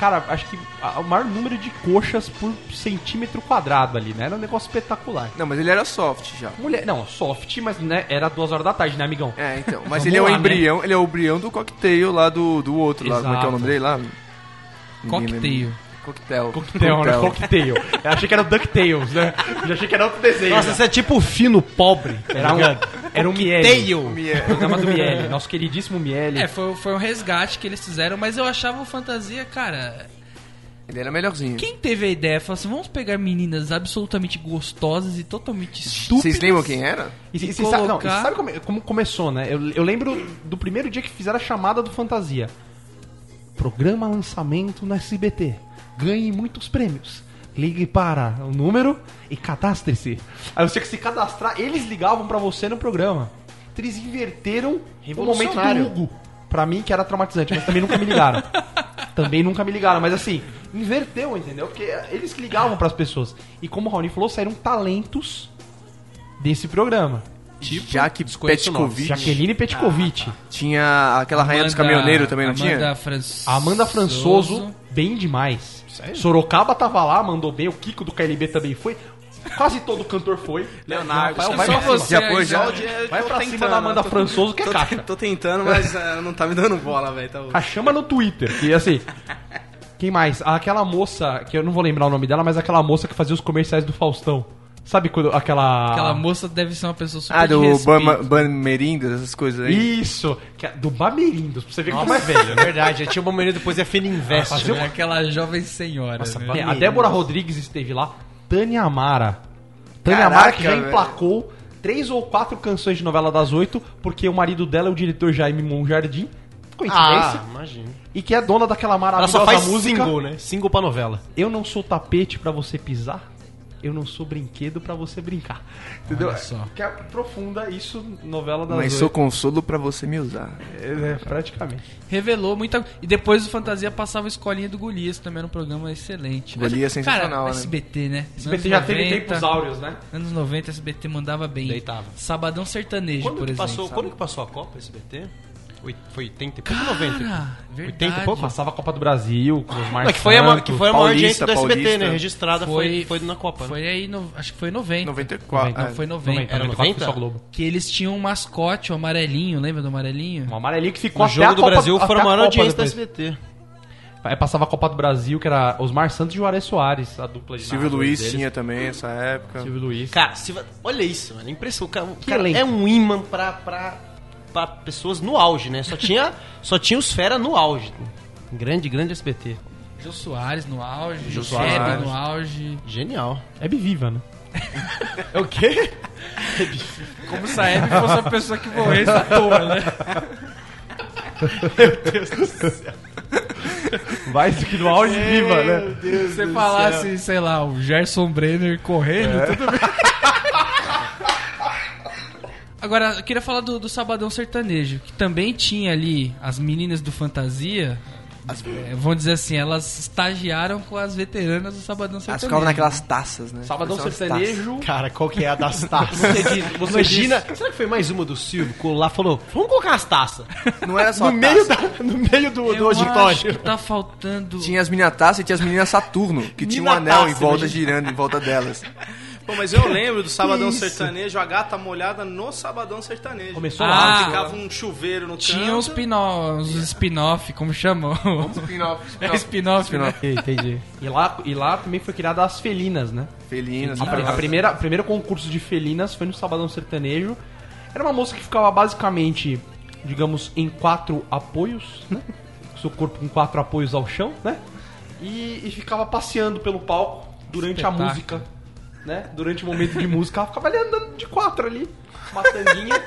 Speaker 2: Cara, acho que a- o maior número de coxas por centímetro quadrado ali, né? Era um negócio espetacular.
Speaker 6: Não, mas ele era soft já.
Speaker 2: Mulher, não, soft, mas né, era duas horas da tarde, né, amigão?
Speaker 6: É, então.
Speaker 2: Vamos
Speaker 6: Mas ele é o
Speaker 2: lá, né?
Speaker 6: embrião, ele é o embrião do cocktail lá do, do outro lá. Como é que é o
Speaker 2: Exato.
Speaker 6: nome dele lá? Ninguém
Speaker 1: Cocktail.
Speaker 6: lembra. Cocktail.
Speaker 2: Cocktail, né? Cocktail. Eu achei que era o DuckTales, né? Eu já achei que era outro desenho.
Speaker 5: Nossa,
Speaker 2: né?
Speaker 5: isso é tipo o fino pobre.
Speaker 2: era um, era um Miele.
Speaker 5: Tail.
Speaker 2: O programa do Miele, nosso queridíssimo Miele.
Speaker 1: É, foi, foi um resgate que eles fizeram, mas eu achava o Fantasia, cara,
Speaker 6: Ele era melhorzinho.
Speaker 1: Quem teve a ideia falou assim: vamos pegar meninas absolutamente gostosas e totalmente estúpidas.
Speaker 6: Vocês lembram quem era?
Speaker 2: E, e,
Speaker 1: E
Speaker 2: você sabe, não, e
Speaker 1: colocar-
Speaker 2: você sabe como, como começou, né? Eu, eu lembro do primeiro dia que fizeram a chamada do Fantasia. Programa lançamento no SBT. Ganhe muitos prêmios. Ligue para o número e cadastre-se. Aí você tinha que se cadastrar, eles ligavam pra você no programa. Então Eles inverteram o momento do
Speaker 5: Revolucionário.
Speaker 2: Hugo. Pra mim, que era traumatizante, mas também nunca me ligaram. também nunca me ligaram, mas assim, inverteu, entendeu? Porque eles que ligavam pras pessoas. E como o Raoni falou, saíram talentos desse programa.
Speaker 6: Jack Petkovic.
Speaker 2: Jaqueline Petkovic,
Speaker 4: Ah, tá.
Speaker 6: Tinha aquela rainha dos caminhoneiros também, não tinha?
Speaker 1: Amanda Franz...
Speaker 2: Amanda Françoso, bem demais. Sorocaba tava lá, mandou bem, o Kiko do KLB também foi. Quase todo cantor foi.
Speaker 4: Leonardo,
Speaker 2: Rafael,
Speaker 4: acho que
Speaker 2: vai
Speaker 4: só
Speaker 2: pra
Speaker 1: você.
Speaker 2: cima.
Speaker 6: Já foi, já?
Speaker 4: Jorge, é, eu
Speaker 2: Vai
Speaker 4: tô
Speaker 2: pra cima
Speaker 4: tentando,
Speaker 2: da Amanda
Speaker 4: eu tô-
Speaker 2: Françoso, que é
Speaker 4: tô-
Speaker 2: caixa.
Speaker 4: Tô tentando, mas eh, não tá me dando bola, velho. Tá
Speaker 2: A chama no Twitter. E assim. Quem mais? Aquela moça, que eu não vou lembrar o nome dela, mas aquela moça que fazia os comerciais do Faustão. Sabe quando aquela.
Speaker 1: Aquela moça deve ser uma pessoa super
Speaker 6: Ah,
Speaker 1: de
Speaker 6: do
Speaker 1: respeito.
Speaker 6: Ban- Banmerindas, essas coisas aí.
Speaker 2: Isso! que é do Bamerindos, pra você ver que como é
Speaker 5: É
Speaker 2: velho, né?
Speaker 5: verdade, tinha uma maneira depois é a
Speaker 1: Ah,
Speaker 5: Feninvest.
Speaker 2: fazer
Speaker 5: né?
Speaker 1: Aquela jovem senhora. né?
Speaker 2: Tem, É, a Débora Rodrigues esteve lá, Tânia Amara. Tânia
Speaker 6: Caraca,
Speaker 2: Amara que já
Speaker 6: velho.
Speaker 2: emplacou três ou quatro canções de novela das oito, porque o marido dela é o diretor Jaime Monjardim. Coincidência.
Speaker 5: Ah, imagina.
Speaker 2: E que é dona daquela
Speaker 5: Ela
Speaker 2: maravilhosa
Speaker 5: só faz
Speaker 2: música.
Speaker 5: single, né? Single pra novela.
Speaker 2: Eu não sou tapete pra você pisar. Eu não sou brinquedo pra você brincar. Ah. Entendeu?
Speaker 1: Olha só.
Speaker 2: Que aprofunda isso novela das
Speaker 6: Mas
Speaker 2: oito.
Speaker 6: sou consolo pra você me usar.
Speaker 2: É, é, praticamente.
Speaker 1: Revelou muita E depois o Fantasia passava a escolinha do Golias, também era um programa excelente.
Speaker 6: Golias
Speaker 1: Mas,
Speaker 6: sensacional,
Speaker 1: cara,
Speaker 6: né?
Speaker 1: SBT, né?
Speaker 2: SBT
Speaker 1: Anos
Speaker 2: já teve
Speaker 1: 90,
Speaker 2: tempos áureos, né?
Speaker 1: Anos 90, SBT mandava bem.
Speaker 5: Deitava.
Speaker 1: Sabadão Sertanejo,
Speaker 5: Quando
Speaker 1: por
Speaker 5: que,
Speaker 1: exemplo.
Speaker 5: passou, quando que passou a Copa SBT? Oi- Foi 80 e pouco, 90.
Speaker 1: Cara, verdade.
Speaker 5: 80 e pouco?
Speaker 2: Passava a Copa do Brasil, com os
Speaker 5: Ah, Não, é
Speaker 2: Marcos.
Speaker 5: que foi a, ma- que foi a maior
Speaker 6: Paulista,
Speaker 5: audiência do SBT, né?
Speaker 6: Paulista.
Speaker 5: Registrada foi, foi na Copa. né?
Speaker 1: Foi aí, no- acho que foi em 90.
Speaker 6: 94.
Speaker 1: Não,
Speaker 6: ah,
Speaker 1: foi em 90.
Speaker 2: 90,
Speaker 5: Era
Speaker 2: 94,
Speaker 5: 90?
Speaker 2: só Globo.
Speaker 1: Que eles tinham um mascote, o amarelinho, lembra do amarelinho?
Speaker 2: Um amarelinho que ficou
Speaker 5: O
Speaker 2: até
Speaker 5: jogo
Speaker 2: a
Speaker 5: do
Speaker 2: Copa-
Speaker 5: Brasil
Speaker 2: até
Speaker 5: foi a maior
Speaker 2: Copa
Speaker 5: audiência do
Speaker 2: depois.
Speaker 5: SBT.
Speaker 2: Aí É, passava a Copa do Brasil, que era Osmar Santos e Juarez Soares, a dupla de
Speaker 6: Silvio
Speaker 2: narradores
Speaker 6: Luiz
Speaker 2: deles.
Speaker 6: tinha também essa época.
Speaker 2: Silvio Luiz.
Speaker 5: Cara, se va- olha isso, mano. Impressão. O cara, o cara
Speaker 2: elenco.
Speaker 5: é um imã pra, pra, pra pessoas no auge, né? Só tinha, só tinha os fera no auge. Grande, grande SBT.
Speaker 1: Jô Soares no auge, Jô
Speaker 6: Soares.
Speaker 1: no auge.
Speaker 5: Genial.
Speaker 2: É biviva, né?
Speaker 5: É o quê?
Speaker 1: Como se a Hebe fosse a pessoa que morresse à toa, né?
Speaker 2: Mais do que no auge, viva, né?
Speaker 1: Se você falasse, sei lá, o Gerson Brenner correndo, tudo bem. (laughs) Agora, eu queria falar do, do Sabadão Sertanejo, que também tinha ali as meninas do Fantasia. eh, vamos dizer assim, elas estagiaram com as veteranas do Sabadão
Speaker 6: As
Speaker 1: Sertanejo.
Speaker 6: ficavam naquelas taças, né?
Speaker 2: Sabadão
Speaker 6: Aquelas taças.
Speaker 2: Sertanejo.
Speaker 5: Cara, qual que é a das taças? Você diz- você Imagina, será que foi mais uma do Silvio? Colou lá e falou, vamos colocar as taças.
Speaker 6: Não era só
Speaker 5: No
Speaker 6: a
Speaker 5: meio,
Speaker 6: taça.
Speaker 5: da, (laughs) no meio do, do
Speaker 1: Eu acho que
Speaker 5: auditório.
Speaker 1: tá faltando...
Speaker 6: Tinha as meninas taça e tinha as meninas Saturno, que tinha um
Speaker 5: Mina
Speaker 6: anel em
Speaker 5: taça,
Speaker 6: volta,
Speaker 5: imagina.
Speaker 6: girando em
Speaker 5: (laughs)
Speaker 6: volta delas.
Speaker 4: Pô, mas eu lembro do Sabadão Sertanejo, a gata molhada no Sabadão Sertanejo.
Speaker 2: Começou
Speaker 1: lá,
Speaker 4: ah,
Speaker 1: né?
Speaker 4: ficava um chuveiro no
Speaker 1: Tinha
Speaker 4: canto.
Speaker 1: uns spin-off, uns spin-off, como chamam? (laughs) É spin-off, né?
Speaker 2: Entendi. E lá, e lá também foi criada as felinas, né?
Speaker 6: É, Felinas.
Speaker 2: A, pri- a primeira, o primeiro concurso de felinas foi no Sabadão Sertanejo. Era uma moça que ficava basicamente, digamos, em quatro apoios, né? (laughs) Seu corpo com quatro apoios ao chão, né? E, e ficava passeando pelo palco durante
Speaker 1: Espetáculo.
Speaker 2: a música, né? Durante o momento de música, ela ficava ali andando de quatro ali, uma tanguinha. (laughs)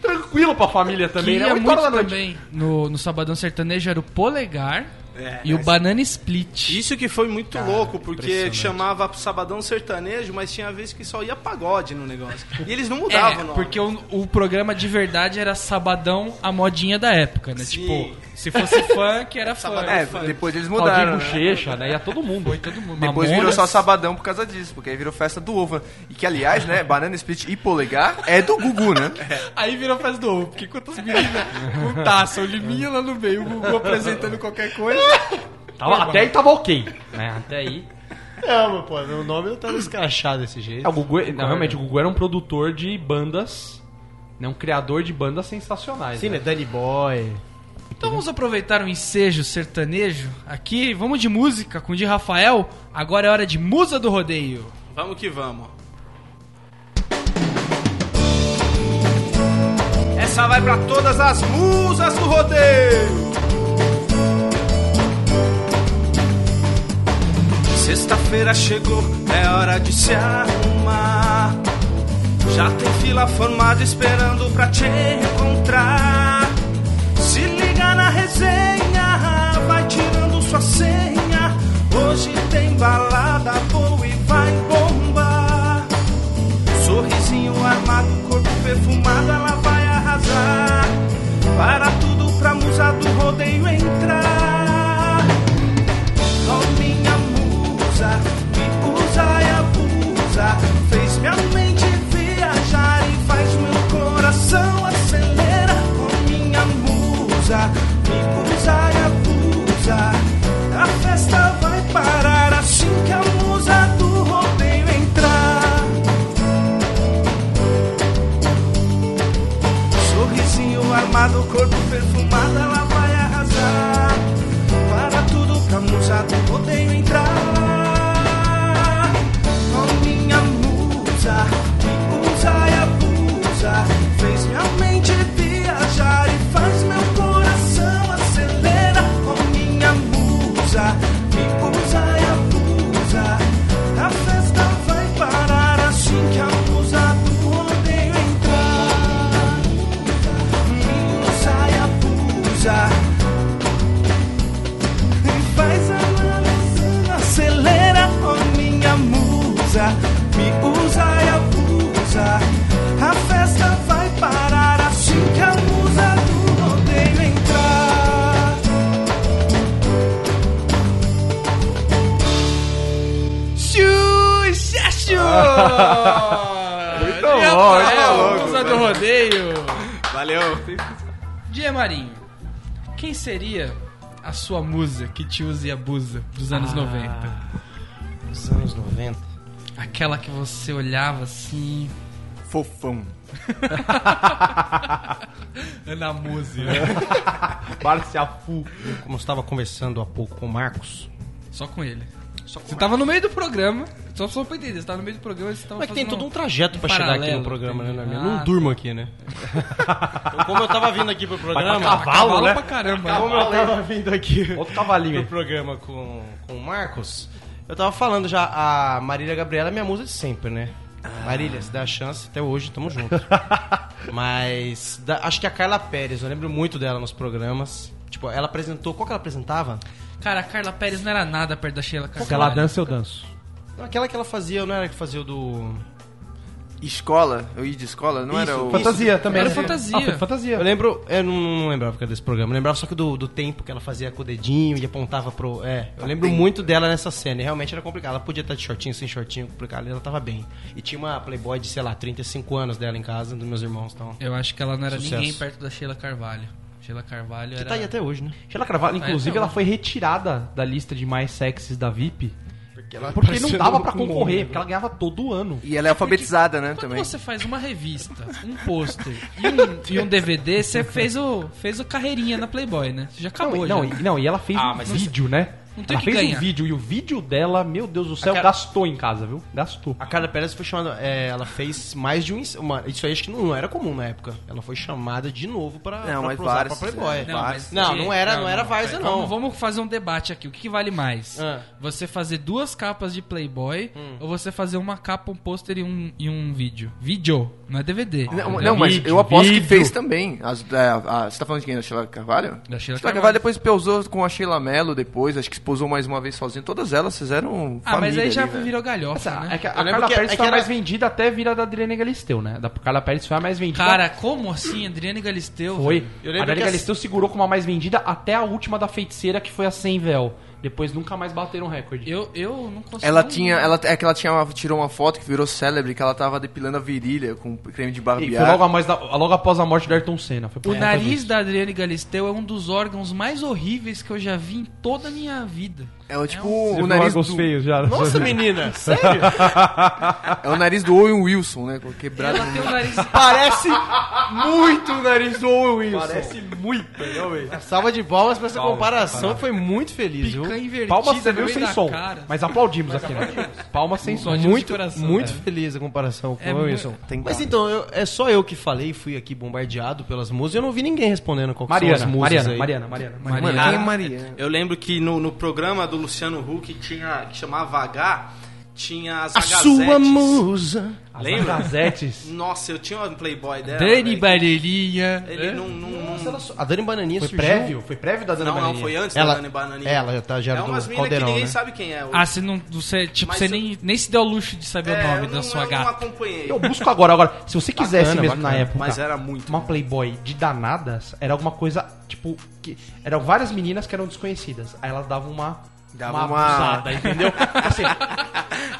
Speaker 2: Tranquilo pra família também,
Speaker 1: que
Speaker 2: né?
Speaker 1: ia
Speaker 2: Oito horas
Speaker 1: muito
Speaker 2: da noite.
Speaker 1: também no, no Sabadão Sertanejo era o Polegar
Speaker 6: É,
Speaker 1: e o Banana Split.
Speaker 4: Isso que foi muito louco, porque chamava Sabadão Sertanejo, mas tinha vez que só ia pagode no negócio. E eles não mudavam,
Speaker 1: É,
Speaker 4: não.
Speaker 1: porque o, o programa de verdade era Sabadão, a modinha da época, né?
Speaker 4: Sim.
Speaker 1: Tipo, se
Speaker 6: (laughs)
Speaker 1: fosse funk, era funk.
Speaker 6: É, depois eles
Speaker 2: Claudinho
Speaker 6: mudaram. né?
Speaker 2: Bochecha, né? Ia todo mundo.
Speaker 1: Foi todo mundo.
Speaker 6: Depois virou
Speaker 1: Tipo, Mamonas.
Speaker 6: só sabadão por causa disso, porque aí virou festa do ovo. né? E que, aliás, né, banana split e polegar é do Gugu, né?
Speaker 1: Aí virou festa do ovo, porque quantas
Speaker 6: (laughs)
Speaker 1: meninas com taça, o Liminha lá no meio, o Gugu apresentando qualquer coisa.
Speaker 2: Tava- até aí tava ok. Né? Até aí.
Speaker 5: É, meu pô, meu nome tá descrachado desse jeito.
Speaker 2: É, o Gugu, não, realmente, o Gugu era um produtor de bandas, né, um criador de bandas sensacionais.
Speaker 5: Sim, né?
Speaker 2: né?
Speaker 5: Danny Boy.
Speaker 1: Então vamos aproveitar o ensejo sertanejo aqui, vamos de música com o de Rafael. Agora é hora de Musa do Rodeio.
Speaker 4: Vamos que vamos. Essa vai pra todas as musas do rodeio. Sexta-feira chegou, é hora de se arrumar. Já tem fila formada esperando pra te encontrar. Se liga na resenha, vai tirando sua senha. Hoje tem balada boa e vai bombar. Sorrisinho armado, corpo perfumado, ela vai arrasar. Para tudo pra musa do rodeio entrar. Oh, minha musa, me usa e abusa. Fez minha mente viajar e faz meu coração acelerar. Oh, minha musa, me usa e abusa. A festa vai parar assim que a musa do rodeio entrar. Sorrisinho armado, corpo perfumado, ela vai arrasar. Para tudo pra musa do rodeio entrar. Oh, minha musa. assim
Speaker 1: Muito
Speaker 6: bom, muito bom.
Speaker 1: do rodeio.
Speaker 4: Valeu.
Speaker 1: Dia Marinho, quem seria a sua musa que te usa e abusa dos anos 90?
Speaker 5: Dos anos 90.
Speaker 1: Aquela que você olhava assim... (laughs)
Speaker 6: Fofão.
Speaker 1: Ana Muse.
Speaker 5: Barciafu. Como eu estava conversando há pouco com o Marcos.
Speaker 1: Só com ele. você tava no meio do programa, só, só pra entender, você tava no meio do programa e você tava
Speaker 5: Como é que tem
Speaker 1: fazendo
Speaker 5: todo um trajeto pra chegar aqui
Speaker 1: paralelo,
Speaker 5: no programa, né,
Speaker 1: entendi.
Speaker 5: Norminha?
Speaker 1: Ah,
Speaker 5: Não durmo aqui, né? Então, como eu tava vindo aqui pro programa.
Speaker 1: Ah, cavalo,
Speaker 5: cavalo, né?
Speaker 1: pra caramba.
Speaker 5: Como eu tava vindo aqui
Speaker 2: Outro cavalinho
Speaker 5: pro
Speaker 2: aí.
Speaker 5: programa com, com o Marcos, eu tava falando já, a Marília Gabriela é minha musa de sempre, né?
Speaker 2: Ah.
Speaker 5: Marília, se dá a chance, até hoje
Speaker 2: (laughs)
Speaker 5: tamo junto. Mas da- acho que a Carla Pérez, eu lembro muito dela nos programas. Tipo, ela apresentou. Qual que ela apresentava?
Speaker 1: Cara, a Carla Pérez não era nada perto da Sheila Carvalho.
Speaker 2: Se ela dança, eu danço.
Speaker 5: Não, Aquela que ela fazia, não era que fazia o do.
Speaker 6: Escola? Eu ia de escola? Não
Speaker 5: Isso,
Speaker 6: era o.
Speaker 5: isso.
Speaker 2: Fantasia também.
Speaker 1: Era
Speaker 2: né?
Speaker 1: fantasia.
Speaker 2: Ah, foi de fantasia.
Speaker 5: Eu lembro, eu não, não lembrava que era desse programa, eu lembrava só que do, do tempo que ela fazia com o dedinho e apontava pro. É, eu lembro muito dela nessa cena, e realmente era complicado. Ela podia estar de shortinho, sem shortinho, complicado, ela tava bem. E tinha uma Playboy de, sei lá, 35 anos dela em casa, dos meus irmãos então.
Speaker 1: Eu acho que ela não era
Speaker 5: Sucesso.
Speaker 1: ninguém perto da Sheila Carvalho. Sheila Carvalho
Speaker 5: Que
Speaker 1: era...
Speaker 5: tá aí até hoje, né?
Speaker 2: Sheila Carvalho,
Speaker 1: É,
Speaker 2: inclusive,
Speaker 1: então.
Speaker 2: ela foi retirada da lista de mais sexys da VIP. Porque,
Speaker 5: ela
Speaker 2: não
Speaker 5: parecia
Speaker 2: dava
Speaker 5: um-
Speaker 2: pra
Speaker 5: um
Speaker 2: concorrer,
Speaker 5: homem.
Speaker 2: porque ela ganhava todo ano.
Speaker 6: E ela é alfabetizada, né?
Speaker 1: Quando
Speaker 6: Também.
Speaker 1: você faz uma revista, um pôster e um, e um DVD, você fez o, fez o carreirinha na Playboy, né? Você já acabou,
Speaker 2: não,
Speaker 1: já.
Speaker 2: e, não, e ela fez
Speaker 1: Ah,
Speaker 2: um
Speaker 1: mas
Speaker 2: vídeo, né?
Speaker 1: Não tem
Speaker 2: Ela
Speaker 1: o que
Speaker 2: fez
Speaker 1: ganhar.
Speaker 2: um vídeo e o vídeo dela, meu Deus do céu,
Speaker 5: cara-
Speaker 2: gastou em casa, viu? Gastou.
Speaker 5: A Carla Pérez foi chamada. é, ela fez mais de um. ens- Uma, isso aí acho que não, não era comum na época. Ela foi chamada de novo pra,
Speaker 6: Não,
Speaker 5: pra
Speaker 6: mas
Speaker 5: posar
Speaker 6: várias,
Speaker 5: pra Playboy.
Speaker 6: é,
Speaker 1: mas-
Speaker 6: várias.
Speaker 5: Não, não era- não é era várzea, não.
Speaker 1: Vamos, vamos fazer um debate aqui. O que, que vale mais?
Speaker 5: Ah.
Speaker 1: Você fazer duas capas de Playboy ou você fazer uma capa, um pôster e um, e um vídeo? Vídeo, não é DVD.
Speaker 6: Não,
Speaker 1: entendeu?
Speaker 6: não, mas
Speaker 2: Vídeo,
Speaker 6: eu aposto que
Speaker 2: vídeo.
Speaker 6: fez também. As, é, a- a- você tá falando de quem? Da Sheila Carvalho?
Speaker 1: Da Sheila
Speaker 6: Carvalho.
Speaker 1: Carvalho.
Speaker 6: depois pousou com a Sheila Mello, depois, acho que esposou mais uma vez sozinha. Todas elas fizeram.
Speaker 1: Ah, mas
Speaker 6: família
Speaker 1: aí já
Speaker 6: ali, velho.
Speaker 1: virou galhofa, né?
Speaker 2: É que a,
Speaker 5: lembro
Speaker 2: Carla
Speaker 5: que-
Speaker 2: Pérez
Speaker 5: é que
Speaker 2: foi a
Speaker 5: era-
Speaker 2: mais vendida até vir a da Adriana Galisteu, né? Da Carla Pérez foi a mais vendida.
Speaker 1: Cara, como assim? Adriane Galisteu?
Speaker 2: foi.
Speaker 1: velho?
Speaker 5: eu
Speaker 2: A
Speaker 5: lembro
Speaker 2: Adriana
Speaker 5: que as-
Speaker 2: Galisteu segurou como a mais vendida até a última da feiticeira, que foi a Sem Véu. Depois nunca mais bateram um recorde.
Speaker 1: Eu, eu não consigo.
Speaker 6: Ela
Speaker 1: não-
Speaker 6: tinha. Ela, é que ela tinha uma- tirou uma foto que virou célebre, que ela tava depilando a virilha com creme de
Speaker 2: E
Speaker 6: barbear.
Speaker 2: foi logo, a mais da- logo após a morte do Ayrton Senna. Foi por
Speaker 1: O
Speaker 6: É.
Speaker 2: conta
Speaker 1: nariz
Speaker 2: disso.
Speaker 1: da Adriane Galisteu é um dos órgãos mais horríveis que eu já vi em toda a minha vida.
Speaker 6: É o tipo
Speaker 2: Você
Speaker 6: o
Speaker 2: viu
Speaker 6: nariz
Speaker 2: órgãos
Speaker 6: do,
Speaker 2: feios já.
Speaker 5: Nossa, menina, sério?
Speaker 6: é o nariz do Owen Wilson, né? com- Quebrado.
Speaker 1: Ela tem o nariz.
Speaker 5: Parece
Speaker 2: Muito o nariz do Owen Wilson.
Speaker 5: muito, É, Salva de palmas pra essa comparação, foi muito feliz, viu?
Speaker 1: Pica invertida
Speaker 2: Palmas você
Speaker 1: no
Speaker 2: viu
Speaker 1: meio
Speaker 2: sem
Speaker 1: da
Speaker 2: som.
Speaker 1: cara.
Speaker 2: Mas aplaudimos aqui, né? Palmas sem som.
Speaker 1: Aplaudimos de
Speaker 2: Muito. né?
Speaker 1: coração,
Speaker 5: Muito
Speaker 1: velho.
Speaker 5: feliz a comparação com
Speaker 1: É
Speaker 5: o
Speaker 1: mu-
Speaker 5: Wilson.
Speaker 6: Tem
Speaker 5: Mas
Speaker 6: cara.
Speaker 5: então, eu- é só eu que falei, fui aqui bombardeado pelas musas, eu não vi ninguém respondendo qual que
Speaker 2: Mariana,
Speaker 5: são as musas
Speaker 2: Mariana,
Speaker 5: aí.
Speaker 2: Mariana, Mariana, Mariana.
Speaker 6: Mano,
Speaker 1: Mariana.
Speaker 6: quem é Maria?
Speaker 4: Eu lembro que no, no programa do Luciano Huck tinha que chamava H, tinha as
Speaker 5: A sua musa.
Speaker 4: Lembra?
Speaker 2: As Gazetes.
Speaker 4: Nossa, eu tinha uma Playboy dela.
Speaker 1: Dani é?
Speaker 4: velho.
Speaker 1: Barelhinha.
Speaker 4: Ele não, não, não-
Speaker 5: A Dani Bananinha
Speaker 2: Foi
Speaker 5: surgiu...
Speaker 2: prévio? Foi prévio da Dana
Speaker 4: não, não,
Speaker 2: Bananinha?
Speaker 4: foi antes
Speaker 5: Ela,
Speaker 4: da Dani Bananinha.
Speaker 5: ela já, tá, já
Speaker 4: é
Speaker 5: era
Speaker 4: umas minas
Speaker 5: do
Speaker 4: que
Speaker 5: Caldeirão,
Speaker 4: ninguém
Speaker 5: né?
Speaker 4: sabe quem é. hoje.
Speaker 1: Ah, você não. Você, tipo,
Speaker 4: Mas
Speaker 1: você
Speaker 4: eu-
Speaker 1: nem, nem se deu o luxo de saber
Speaker 4: É,
Speaker 1: o nome
Speaker 4: eu
Speaker 1: da
Speaker 4: não-
Speaker 1: sua
Speaker 4: eu não
Speaker 1: gata.
Speaker 4: acompanhei.
Speaker 2: Eu busco agora. Agora, se você quisesse
Speaker 5: Bacana,
Speaker 2: mesmo na
Speaker 5: bacana.
Speaker 2: época...
Speaker 4: Mas é- era muito.
Speaker 2: Uma Playboy de danadas era alguma coisa, tipo... que Eram várias meninas que eram desconhecidas. Aí elas davam uma...
Speaker 6: Dava
Speaker 2: uma
Speaker 6: uma-
Speaker 2: abusada, entendeu? Assim,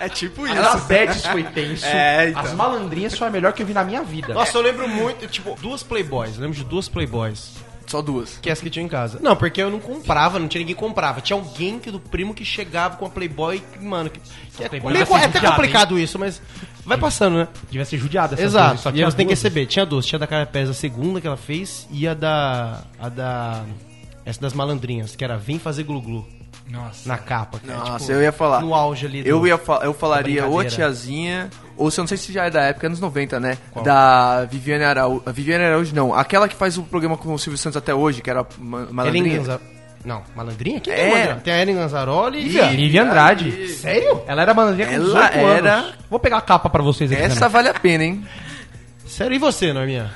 Speaker 4: É tipo
Speaker 2: as Gazetes foi tenso.
Speaker 4: É, então.
Speaker 2: As malandrinhas foi a melhor que eu vi na minha vida.
Speaker 5: Nossa, eu lembro muito, tipo, duas Playboys, eu lembro de duas Playboys.
Speaker 6: Só duas.
Speaker 5: Que é essa que tinha em casa. Não, porque eu não comprava, não tinha ninguém que comprava. Tinha alguém que do primo que chegava com a Playboy, que, mano, que, que é,
Speaker 2: Playboy
Speaker 5: meio-
Speaker 2: já foi
Speaker 5: é até
Speaker 2: judiada,
Speaker 5: complicado isso, mas vai passando, né?
Speaker 2: Devia ser judiada essa
Speaker 5: Exato.
Speaker 2: Só
Speaker 5: e aí você tem que
Speaker 2: duas.
Speaker 5: receber. Tinha duas, tinha a da Cara Pérez, a segunda que ela fez, e a da a da essa das malandrinhas, que era vim fazer glu-glu
Speaker 1: Nossa.
Speaker 5: na capa, que é,
Speaker 6: Nossa,
Speaker 5: tipo,
Speaker 6: eu ia falar.
Speaker 5: no auge ali. do-
Speaker 6: Eu, ia fa- eu falaria ou a
Speaker 5: brincadeira.
Speaker 6: tiazinha, ou se eu não sei se já é da época, anos 90, né? Da Viviane Araújo. A Viviane Araújo não, aquela que faz o programa com o Silvio Santos até hoje, que era ma
Speaker 5: Ellen
Speaker 6: malandrinha.
Speaker 5: Ganza- Não, malandrinha? Quem
Speaker 6: É.
Speaker 5: que é malandrinha? Tem a Ellen Ganzaroli
Speaker 2: Lívia, Lívia Andrade.
Speaker 5: Sério?
Speaker 2: Ela era malandrinha com
Speaker 6: Ela
Speaker 2: 18
Speaker 6: era-
Speaker 2: anos. Vou pegar a capa pra vocês aqui.
Speaker 6: Essa
Speaker 2: também.
Speaker 6: vale a pena, hein?
Speaker 5: Sério, e você, Norminha?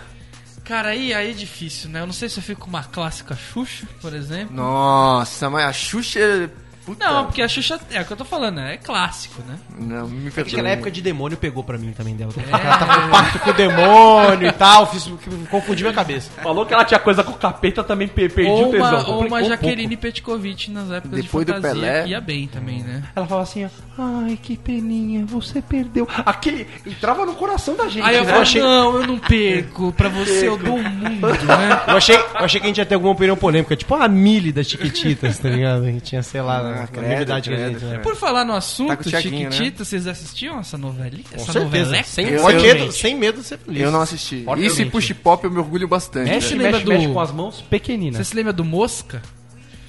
Speaker 1: Cara, aí, aí é difícil, né? Eu não sei se eu fico com uma clássica Xuxa, por exemplo.
Speaker 6: Nossa, mas a Xuxa Puta.
Speaker 1: Não, porque a Xuxa é o que eu tô falando, né? É clássico, né?
Speaker 6: Não, me
Speaker 5: Acho que
Speaker 6: perdoe.
Speaker 5: na época de demônio pegou pra mim também (laughs) dela. Ela
Speaker 2: tá?
Speaker 5: tava em pacto com o demônio e tal, fiz, confundi minha cabeça.
Speaker 2: Falou que ela tinha coisa com o capeta, também pe- perdi
Speaker 1: Ou
Speaker 2: o tesão.
Speaker 1: uma, ou
Speaker 2: Complicou
Speaker 1: uma
Speaker 2: um
Speaker 1: Jaqueline Petkovic nas épocas
Speaker 6: Depois
Speaker 1: de
Speaker 6: do
Speaker 1: fantasia,
Speaker 6: Pelé.
Speaker 1: que ia bem também, né?
Speaker 2: Ela falava assim, ó, ai, que peninha, você perdeu. Aquele entrava no coração da gente,
Speaker 1: Aí eu
Speaker 2: né?
Speaker 1: falo, assim,
Speaker 2: Achei-
Speaker 1: não, eu não perco, pra você eu dou o mundo, né?
Speaker 5: Eu achei, eu achei que a gente ia ter alguma opinião polêmica, tipo a Mili das Chiquititas, tá ligado? Que tinha, sei lá, na- na
Speaker 6: credo,
Speaker 5: mesma idade que a
Speaker 6: credo,
Speaker 5: gente, né?
Speaker 6: credo.
Speaker 1: Por falar no
Speaker 6: Tá
Speaker 1: assunto,
Speaker 6: com o Thiaguinho, né?
Speaker 1: Chiquitita, vocês assistiam essa novelinha?
Speaker 5: Com
Speaker 1: essa é
Speaker 5: certeza.
Speaker 1: noveleca?
Speaker 5: Sem,
Speaker 6: Eu-
Speaker 5: sem
Speaker 6: eu-
Speaker 5: medo, sem medo de ser feliz.
Speaker 6: Eu não assisti.
Speaker 5: Olha,
Speaker 6: Isso e
Speaker 5: gente.
Speaker 6: push pop eu me orgulho bastante.
Speaker 1: É,
Speaker 6: velho.
Speaker 1: Você
Speaker 2: Mexe,
Speaker 1: lembra
Speaker 2: mexe, mexe
Speaker 1: do-
Speaker 2: com as mãos
Speaker 1: Você
Speaker 2: pequeninas.
Speaker 1: se lembra do Mosca?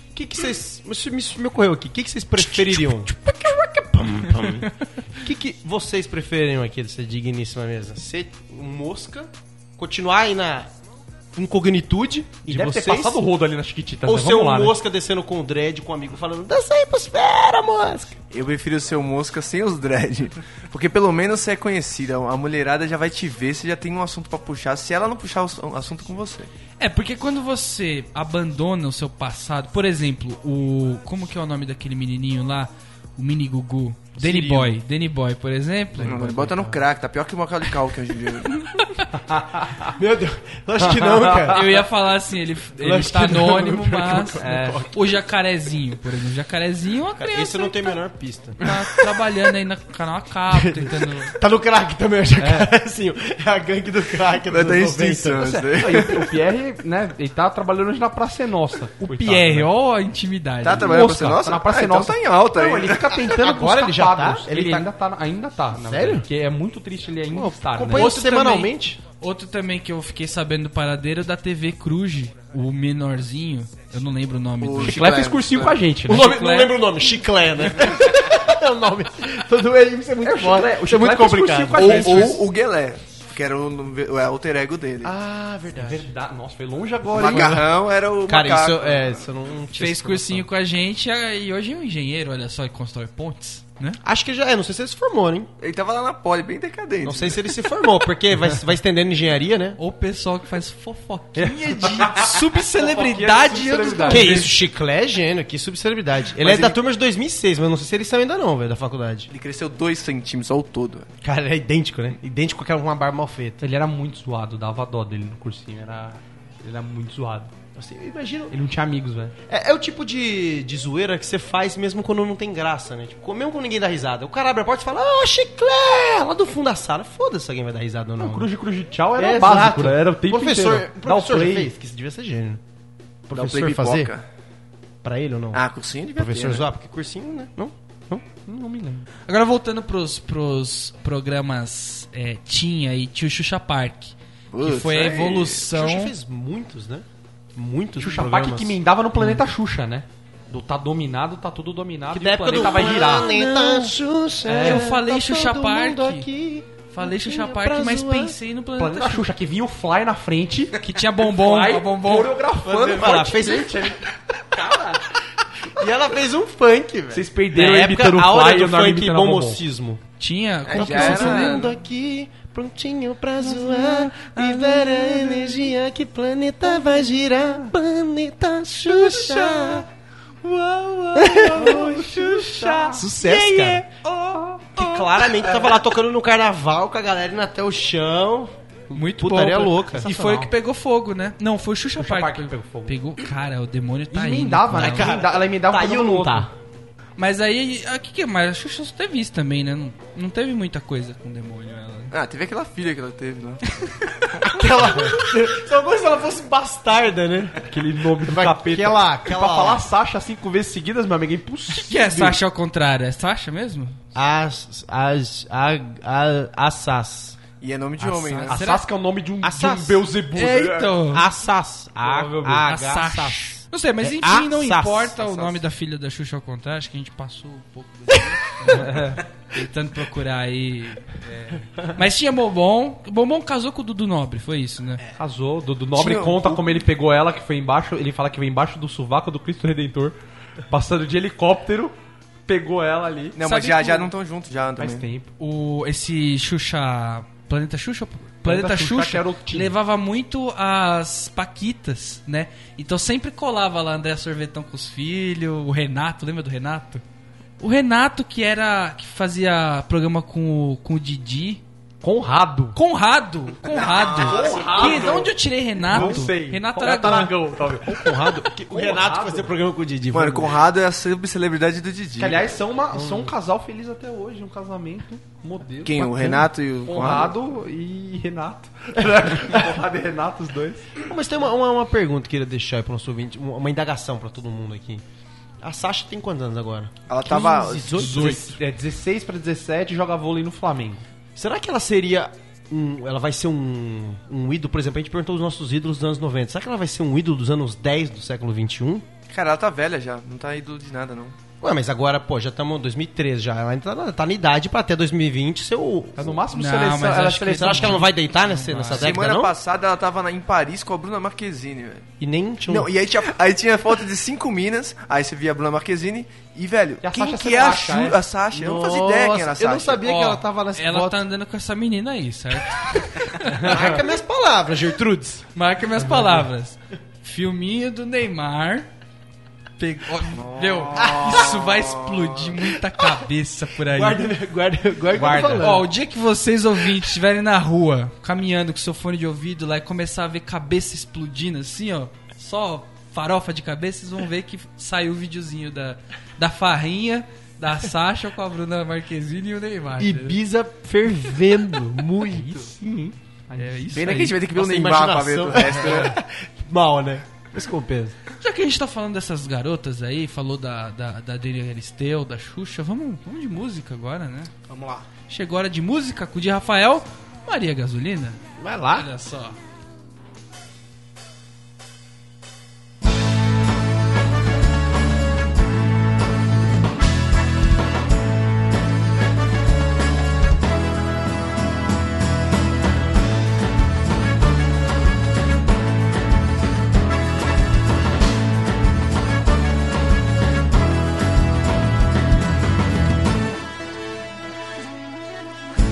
Speaker 5: O que que vocês. Isso me, isso me ocorreu aqui. O que que vocês prefeririam? O que que vocês prefeririam aqui dessa digníssima mesa? Ser um mosca? Continuar aí na incognitude
Speaker 2: E
Speaker 5: de
Speaker 2: deve
Speaker 5: vocês?
Speaker 2: ter passado o rodo ali na chiquitita.
Speaker 5: ou
Speaker 2: né?
Speaker 5: ser um
Speaker 2: né?
Speaker 5: mosca descendo com o dread com um amigo falando: Dança aí pra esfera, mosca!
Speaker 6: Eu prefiro ser o mosca sem os dread. Porque pelo menos você é conhecida. A mulherada já vai te ver, você já tem um assunto pra puxar. Se ela não puxar o assunto com você.
Speaker 1: É, porque quando você abandona o seu passado, por exemplo, o. Como que é o nome daquele menininho lá? O mini Gugu. Danny
Speaker 5: Cirilo.
Speaker 1: Boy. Danny Boy, por exemplo.
Speaker 6: Não, mano, bota no crack, tá pior que o Macau de Calque hoje em dia.
Speaker 5: Meu Deus, eu acho que (laughs) não, cara.
Speaker 1: Eu ia falar assim, ele,
Speaker 5: Eu
Speaker 1: ele
Speaker 5: acho
Speaker 1: tá
Speaker 5: que não,
Speaker 1: anônimo,
Speaker 5: pior que eu
Speaker 1: mas.
Speaker 5: concordo.
Speaker 1: É. O jacarezinho, por exemplo. O jacarezinho é uma criança.
Speaker 5: Esse não tem a
Speaker 1: que
Speaker 5: menor pista.
Speaker 1: tá, tá trabalhando aí no canal Acabo, tentando.
Speaker 5: Tá no crack também, eu já é. (laughs) assim, é a gangue do crack dos
Speaker 6: Vai dar
Speaker 5: 90.
Speaker 6: extinção isso daí.
Speaker 2: Aí, o, o Pierre, né, ele tá trabalhando hoje na Praça é (laughs) Nossa.
Speaker 1: O
Speaker 2: coitado,
Speaker 1: Pierre,
Speaker 2: né?
Speaker 1: ó a intimidade.
Speaker 6: Tá trabalhando pra
Speaker 2: Mosca,
Speaker 6: ser nossa?
Speaker 2: tá na Praça
Speaker 6: ah, então
Speaker 2: Nossa.
Speaker 6: tá em alta
Speaker 2: Não,
Speaker 6: aí.
Speaker 2: ele fica tentando
Speaker 5: Agora
Speaker 2: buscar
Speaker 5: ele já tá?
Speaker 2: pagos. Ele,
Speaker 5: Ele
Speaker 2: ainda tá, ainda tá. na verdade,
Speaker 5: Sério?
Speaker 2: Porque é muito triste ele ainda estar, né?
Speaker 5: Acompanha
Speaker 1: Outro
Speaker 5: semanalmente.
Speaker 1: Outro também que eu fiquei sabendo do paradeiro é da TV Cruz, o menorzinho. Eu não lembro o nome
Speaker 6: O
Speaker 1: do.
Speaker 2: Chiclé fez cursinho com a gente, né?
Speaker 5: O nome-
Speaker 1: Chiclé.
Speaker 5: não lembro o nome, Chiclé, né? é o nome. Todo ele isso é muito foda. isso é muito complicado.
Speaker 6: Ou, ou o Guelé, que era o, o é, alter ego dele.
Speaker 5: Ah, verdade.
Speaker 2: Verdade. Nossa, foi longe
Speaker 6: o
Speaker 2: agora, hein?
Speaker 6: macarrão era
Speaker 5: (laughs)
Speaker 6: o
Speaker 5: Cara,
Speaker 6: macaco.
Speaker 5: isso, é, isso eu não tinha
Speaker 1: Fez
Speaker 5: essa
Speaker 1: cursinho com a gente e hoje é um engenheiro, olha só, e constrói pontes, né?
Speaker 5: informação. Acho que já é, não sei se ele se formou, hein?
Speaker 6: Ele tava lá na pole, bem decadente.
Speaker 5: Não sei se ele se formou, porque vai, vai estendendo engenharia, né?
Speaker 1: Ou o pessoal que faz fofoquinha de
Speaker 6: (laughs)
Speaker 1: subcelebridade.
Speaker 2: Fofoquinha de
Speaker 1: anos 90.
Speaker 5: Que isso, Chiclé é gênio, que subcelebridade. Ele
Speaker 6: Mas
Speaker 5: é da
Speaker 6: ele-
Speaker 5: turma de 2006, mas eu não sei se eles são ainda não, velho, da faculdade.
Speaker 6: Ele cresceu 2 centímetros ao todo. velho.
Speaker 5: Cara, é idêntico, né? Idêntico com aquela com uma barba mal feita.
Speaker 2: Ele era muito zoado, dava dó dele no cursinho. Era... Ele era muito zoado.
Speaker 5: Assim, eu imagino...
Speaker 2: Ele não tinha amigos, velho.
Speaker 5: É, é o tipo de, de zoeira que você faz mesmo quando não tem graça, né? Tipo, mesmo quando ninguém dá risada. O cara abre a porta e fala, ah, Chiclé! Lá do fundo da sala. Foda-se se alguém vai dar risada ou não.
Speaker 2: Cruz de Cruz de Tchau
Speaker 5: É,
Speaker 2: era básico,
Speaker 5: exato.
Speaker 2: né? Era o tempo
Speaker 5: professor,
Speaker 2: inteiro.
Speaker 5: O professor
Speaker 2: Dá o
Speaker 5: já
Speaker 2: play.
Speaker 5: fez, que isso devia ser gênio.
Speaker 6: Dá um
Speaker 5: Professor
Speaker 6: play
Speaker 5: fazer
Speaker 6: pipoca.
Speaker 5: pra ele ou não?
Speaker 6: Ah, cursinho devia
Speaker 5: professor
Speaker 6: ter, né?
Speaker 5: zoar, porque cursinho, né? Não? Não?
Speaker 2: Não me lembro.
Speaker 1: Agora voltando pros, pros programas é, Tinha e Tio Xuxa Park. que
Speaker 6: Putz, é
Speaker 1: foi a
Speaker 6: aí.
Speaker 1: evolução.
Speaker 5: Xuxa fez muitos, né? Muitos
Speaker 2: Xuxa
Speaker 5: programas.
Speaker 2: Pac que emendava no planeta Xuxa, né? Do tá dominado, tá tudo dominado. e
Speaker 5: Que da
Speaker 2: o
Speaker 5: época do né?
Speaker 2: planeta vai girar.
Speaker 5: Planeta Xuxa.
Speaker 1: Eu falei Xuxa
Speaker 5: todo
Speaker 1: Park.
Speaker 5: mundo aqui.
Speaker 1: Falei Xuxa
Speaker 5: Pra
Speaker 1: Park, mas
Speaker 5: zoar.
Speaker 1: pensei no Planeta
Speaker 2: Planeta Xuxa, que vinha o Fly na frente.
Speaker 1: Que tinha bombom,
Speaker 2: Fly
Speaker 1: a bombom.
Speaker 2: coreografando.
Speaker 5: Vai lá, fez (laughs) E ela fez um funk, velho.
Speaker 2: Vocês
Speaker 5: Na
Speaker 2: perderam eu
Speaker 5: época,
Speaker 2: imitando o
Speaker 5: a hora
Speaker 2: Fly e
Speaker 5: do
Speaker 2: o Norm
Speaker 5: funk
Speaker 2: imitando a bombom.
Speaker 5: bomocismo.
Speaker 1: Tinha.
Speaker 6: É, já
Speaker 5: Todo
Speaker 6: era...
Speaker 5: mundo Tá aqui, prontinho pra zoar. Viver a energia que planeta vai girar. Planeta Xuxa. (laughs)
Speaker 2: Xuxa.
Speaker 5: Sucesso, cara. Que claramente tava lá tocando no carnaval com a galera indo até o chão.
Speaker 1: Muito
Speaker 5: Putaria
Speaker 1: bom.
Speaker 5: louca.
Speaker 1: E foi o que pegou fogo, né? Não, foi o Xuxa,
Speaker 2: Xuxa
Speaker 1: Park.
Speaker 2: Park
Speaker 1: que
Speaker 2: que pegou fogo.
Speaker 1: Pegou, cara, o demônio tá aí.
Speaker 2: Emendava, né?
Speaker 5: cara.
Speaker 2: Emenda- Ela emendava
Speaker 5: Tá
Speaker 2: um
Speaker 5: aí ou
Speaker 2: no
Speaker 5: não
Speaker 2: outro.
Speaker 5: tá?
Speaker 1: Mas aí, o que que é mais? A Xuxa só teve isso também, né? Não, não teve muita coisa com o demônio, ela.
Speaker 6: Ah, teve aquela filha que ela teve né? lá.
Speaker 5: Aquela... Só como se ela fosse bastarda, né?
Speaker 2: Aquele nome do
Speaker 5: Vai-
Speaker 2: capeta.
Speaker 5: aquela-
Speaker 2: E
Speaker 5: aquela-
Speaker 2: Pra falar Sasha cinco vezes seguidas, meu amigo, é impossível.
Speaker 1: O que é Sasha ao contrário? É Sasha mesmo?
Speaker 5: As. As. A, a, assas.
Speaker 6: E é nome de
Speaker 1: Assas-
Speaker 6: homem, né?
Speaker 2: A
Speaker 1: Será-
Speaker 2: Sasha é o nome de um, de um
Speaker 5: Assas.
Speaker 2: Beuzebu. né?
Speaker 1: então.
Speaker 5: Assas. A.
Speaker 2: Oh,
Speaker 5: A.
Speaker 1: A Sasha. Não sei, mas
Speaker 5: É
Speaker 1: enfim, não
Speaker 5: Assas.
Speaker 1: importa o nome da filha da Xuxa ao contrário. Acho que a gente passou um pouco do (laughs) tempo, Tentando procurar aí. é. Mas tinha Bombom. Bombom casou com o Dudu Nobre, foi isso, né?
Speaker 2: Casou, do, do Nobre
Speaker 6: Tinha
Speaker 2: conta
Speaker 6: um-
Speaker 2: como ele pegou ela, que foi embaixo, ele fala que veio embaixo do sovaco do Cristo Redentor, passando de helicóptero, pegou ela ali. né,
Speaker 6: Não,
Speaker 1: Sabe
Speaker 6: mas já,
Speaker 1: que-
Speaker 6: já não estão juntos já também.
Speaker 2: Faz tempo.
Speaker 1: O, esse Xuxa. Planeta Xuxa? Planeta
Speaker 2: Planeta Xuxa,
Speaker 1: Xuxa
Speaker 2: que era o time.
Speaker 1: levava muito as Paquitas, né? Então sempre colava lá André Sorvetão com os filhos, o Renato, lembra do Renato? O Renato que era. que fazia programa com, o- com o Didi.
Speaker 2: Conrado.
Speaker 1: Conrado! Conrado!
Speaker 2: Conrado.
Speaker 1: Que- de onde eu tirei Renato?
Speaker 2: Não sei. tá
Speaker 1: Renato
Speaker 2: Renato
Speaker 1: Aragão.
Speaker 2: Aragão, talvez.
Speaker 5: Conrado, o Renato (laughs) que fazia programa com o Didi.
Speaker 6: Mano,
Speaker 5: vamos ver.
Speaker 6: Conrado é a subcelebridade do Didi.
Speaker 2: Que, aliás, são, uma, são um casal feliz até hoje, um casamento modelo.
Speaker 6: Quem? O
Speaker 2: bacana.
Speaker 6: Renato e o Conrado?
Speaker 2: Conrado e Renato. (laughs) Conrado e Renato, os dois.
Speaker 5: Mas tem uma, uma, uma pergunta que eu queria deixar aí pro nosso ouvinte, uma uma indagação pra todo mundo aqui. A Sasha tem quantos anos agora?
Speaker 6: Ela tava.
Speaker 5: 18.
Speaker 2: É 16 pra 17 joga vôlei no Flamengo.
Speaker 5: Será que ela seria um. Ela vai ser um, um ídolo, por exemplo, a gente perguntou os nossos ídolos dos anos 90. Será que ela vai ser um ídolo dos anos 10 do século 21?
Speaker 6: Cara, ela tá velha já. Não tá ídolo de nada, não.
Speaker 5: Ué, mas agora, pô, já estamos em 2013 já. Ela ainda tá, na- tá na idade pra até 2020 ser o.
Speaker 2: Tá no máximo
Speaker 1: Não,
Speaker 2: seleção.
Speaker 1: mas
Speaker 2: ela
Speaker 1: acho que-
Speaker 5: Você acha que ela não vai deitar nessa, nessa década,
Speaker 6: Semana
Speaker 5: não?
Speaker 6: passada ela tava na- em Paris com a Bruna Marquezine, velho.
Speaker 5: E nem tinha um-
Speaker 6: Não, e aí tinha, aí tinha foto de cinco minas, aí você via a Bruna Marquezine e, velho,
Speaker 2: E a
Speaker 6: quem
Speaker 2: Sasha
Speaker 6: que é a,
Speaker 2: Sasha,
Speaker 6: Ju-
Speaker 2: é?
Speaker 6: a Sasha? Eu não fazia ideia quem era a
Speaker 5: né? Nossa,
Speaker 6: Sasha.
Speaker 5: Eu não sabia
Speaker 1: Ó,
Speaker 5: que ela tava nessa
Speaker 1: Ela
Speaker 5: foto.
Speaker 1: tá andando com essa menina aí, certo?
Speaker 5: (laughs) Marca minhas palavras, Gertrudes.
Speaker 1: Marca minhas palavras. Filminho do Neymar. Pegou. Meu, isso vai explodir muita cabeça por aí.
Speaker 5: Guarda, guarda, guarda,
Speaker 1: Guarda.
Speaker 5: o que eu tô
Speaker 1: Ó,
Speaker 5: falando.
Speaker 1: o dia que vocês ouvintes estiverem na rua, caminhando com seu fone de ouvido lá e começar a ver cabeça explodindo assim, ó, só farofa de cabeça, vocês vão ver que saiu o videozinho da, da farrinha, da Sasha com a Bruna Marquezine e o Neymar.
Speaker 5: Ibiza
Speaker 2: Tá
Speaker 5: fervendo muito.
Speaker 1: É isso
Speaker 6: Pena
Speaker 1: aí.
Speaker 6: que a gente vai ter que ver o
Speaker 5: Nossa,
Speaker 6: Neymar pra ver o
Speaker 5: imaginação.
Speaker 6: resto, né?
Speaker 5: (laughs) Mal, né? Mas compensa.
Speaker 1: Já que a gente tá falando dessas garotas aí, falou da, da, da Adriana Galisteu, da Xuxa, vamos, vamos de música agora, né?
Speaker 4: Vamos lá.
Speaker 1: Chegou a hora de música com o de Rafael, Maria Gasolina.
Speaker 5: Vai lá.
Speaker 1: Olha só.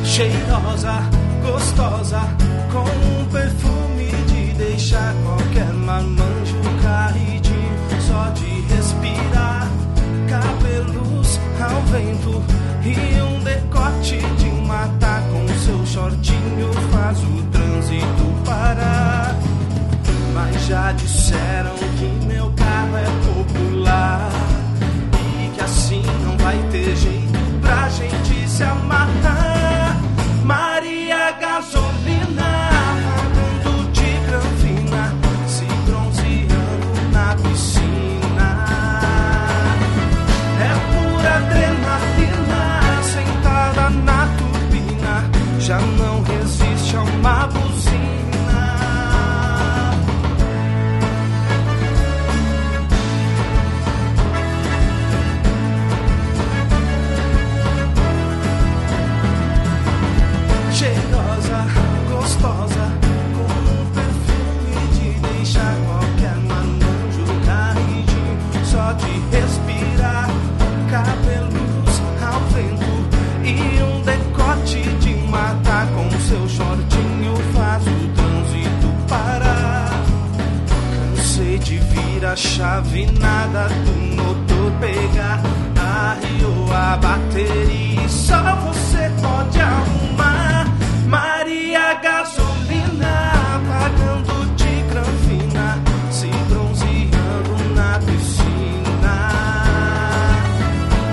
Speaker 4: cheirosa, gostosa, com um perfume de deixar qualquer marmanjo caidinho só de respirar. Cabelos ao vento e um decote de um matar com seu shortinho faz o trânsito parar. Mas já disseram que meu carro é popular E que assim não vai ter jeito pra gente se amarrar Maria Gasolina, mundo de granfina Se bronzeando na piscina é pura adrenalina sentada na turbina. Já não resiste a uma buzina. cheirosa, gostosa, com um perfume de deixar qualquer marmanjo caidinho só de respirar. Cabelos ao vento e um decote de matar com seu shortinho faz o trânsito parar. Cansei de vir a chave nada do motor pegar. Arriou a bateria e só você pode arrumar. Maria Gasolina, pagando de granfina, se bronzeando na piscina.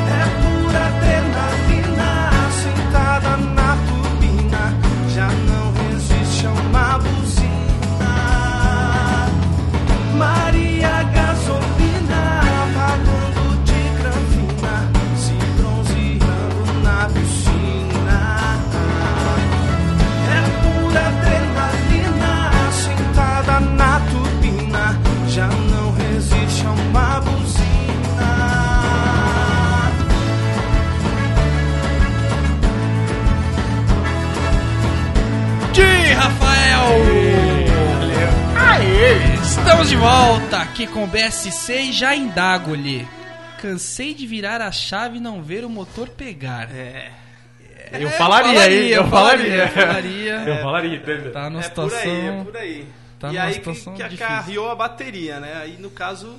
Speaker 4: É pura adrenalina sentada na turbina. Já não resiste a uma buzina. Maria Gasolina, vagando de granfina, se bronzeando na piscina. É pura adrenalina sentada na turbina. Já não resiste a uma buzina.
Speaker 1: De Rafael! Estamos de volta aqui com o BSC e já indago-lhe. Cansei de virar a chave e não ver o motor pegar.
Speaker 4: É.
Speaker 2: Eu falaria, hein? Eu falaria.
Speaker 1: Eu falaria.
Speaker 2: Eu falaria, né? entendeu?
Speaker 1: Tá numa
Speaker 4: É por
Speaker 1: situação.
Speaker 4: aí, é por aí.
Speaker 1: tá
Speaker 4: e
Speaker 1: numa
Speaker 4: aí que,
Speaker 1: situação
Speaker 4: que
Speaker 1: difícil.
Speaker 4: acarreou a bateria, né? Aí no caso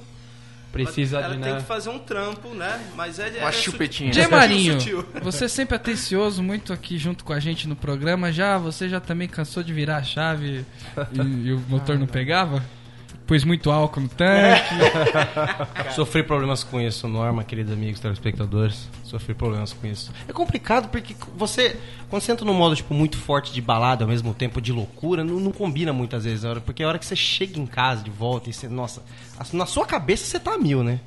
Speaker 5: Precisa
Speaker 4: ela
Speaker 5: de,
Speaker 4: tem que
Speaker 5: né?
Speaker 4: fazer um trampo, né? Mas é, é,
Speaker 6: Uma
Speaker 4: é sutil.
Speaker 6: chupetinha.
Speaker 1: Jay
Speaker 4: Sutil,
Speaker 1: Marinho,
Speaker 4: sutil.
Speaker 1: (laughs) você é sempre atencioso, muito aqui junto com a gente no programa. Já você já também cansou de virar a chave e, e o motor não pegava? Pôs muito álcool no tanque.
Speaker 5: Sofri problemas com isso, Norma, queridos amigos telespectadores. Sofri problemas com isso. É complicado porque você, quando você entra num modo tipo, muito forte de balada, ao mesmo tempo de loucura, não, não combina muitas vezes. na hora- Porque a hora que você chega em casa de volta e você, nossa, a- na sua cabeça você tá a mil, né?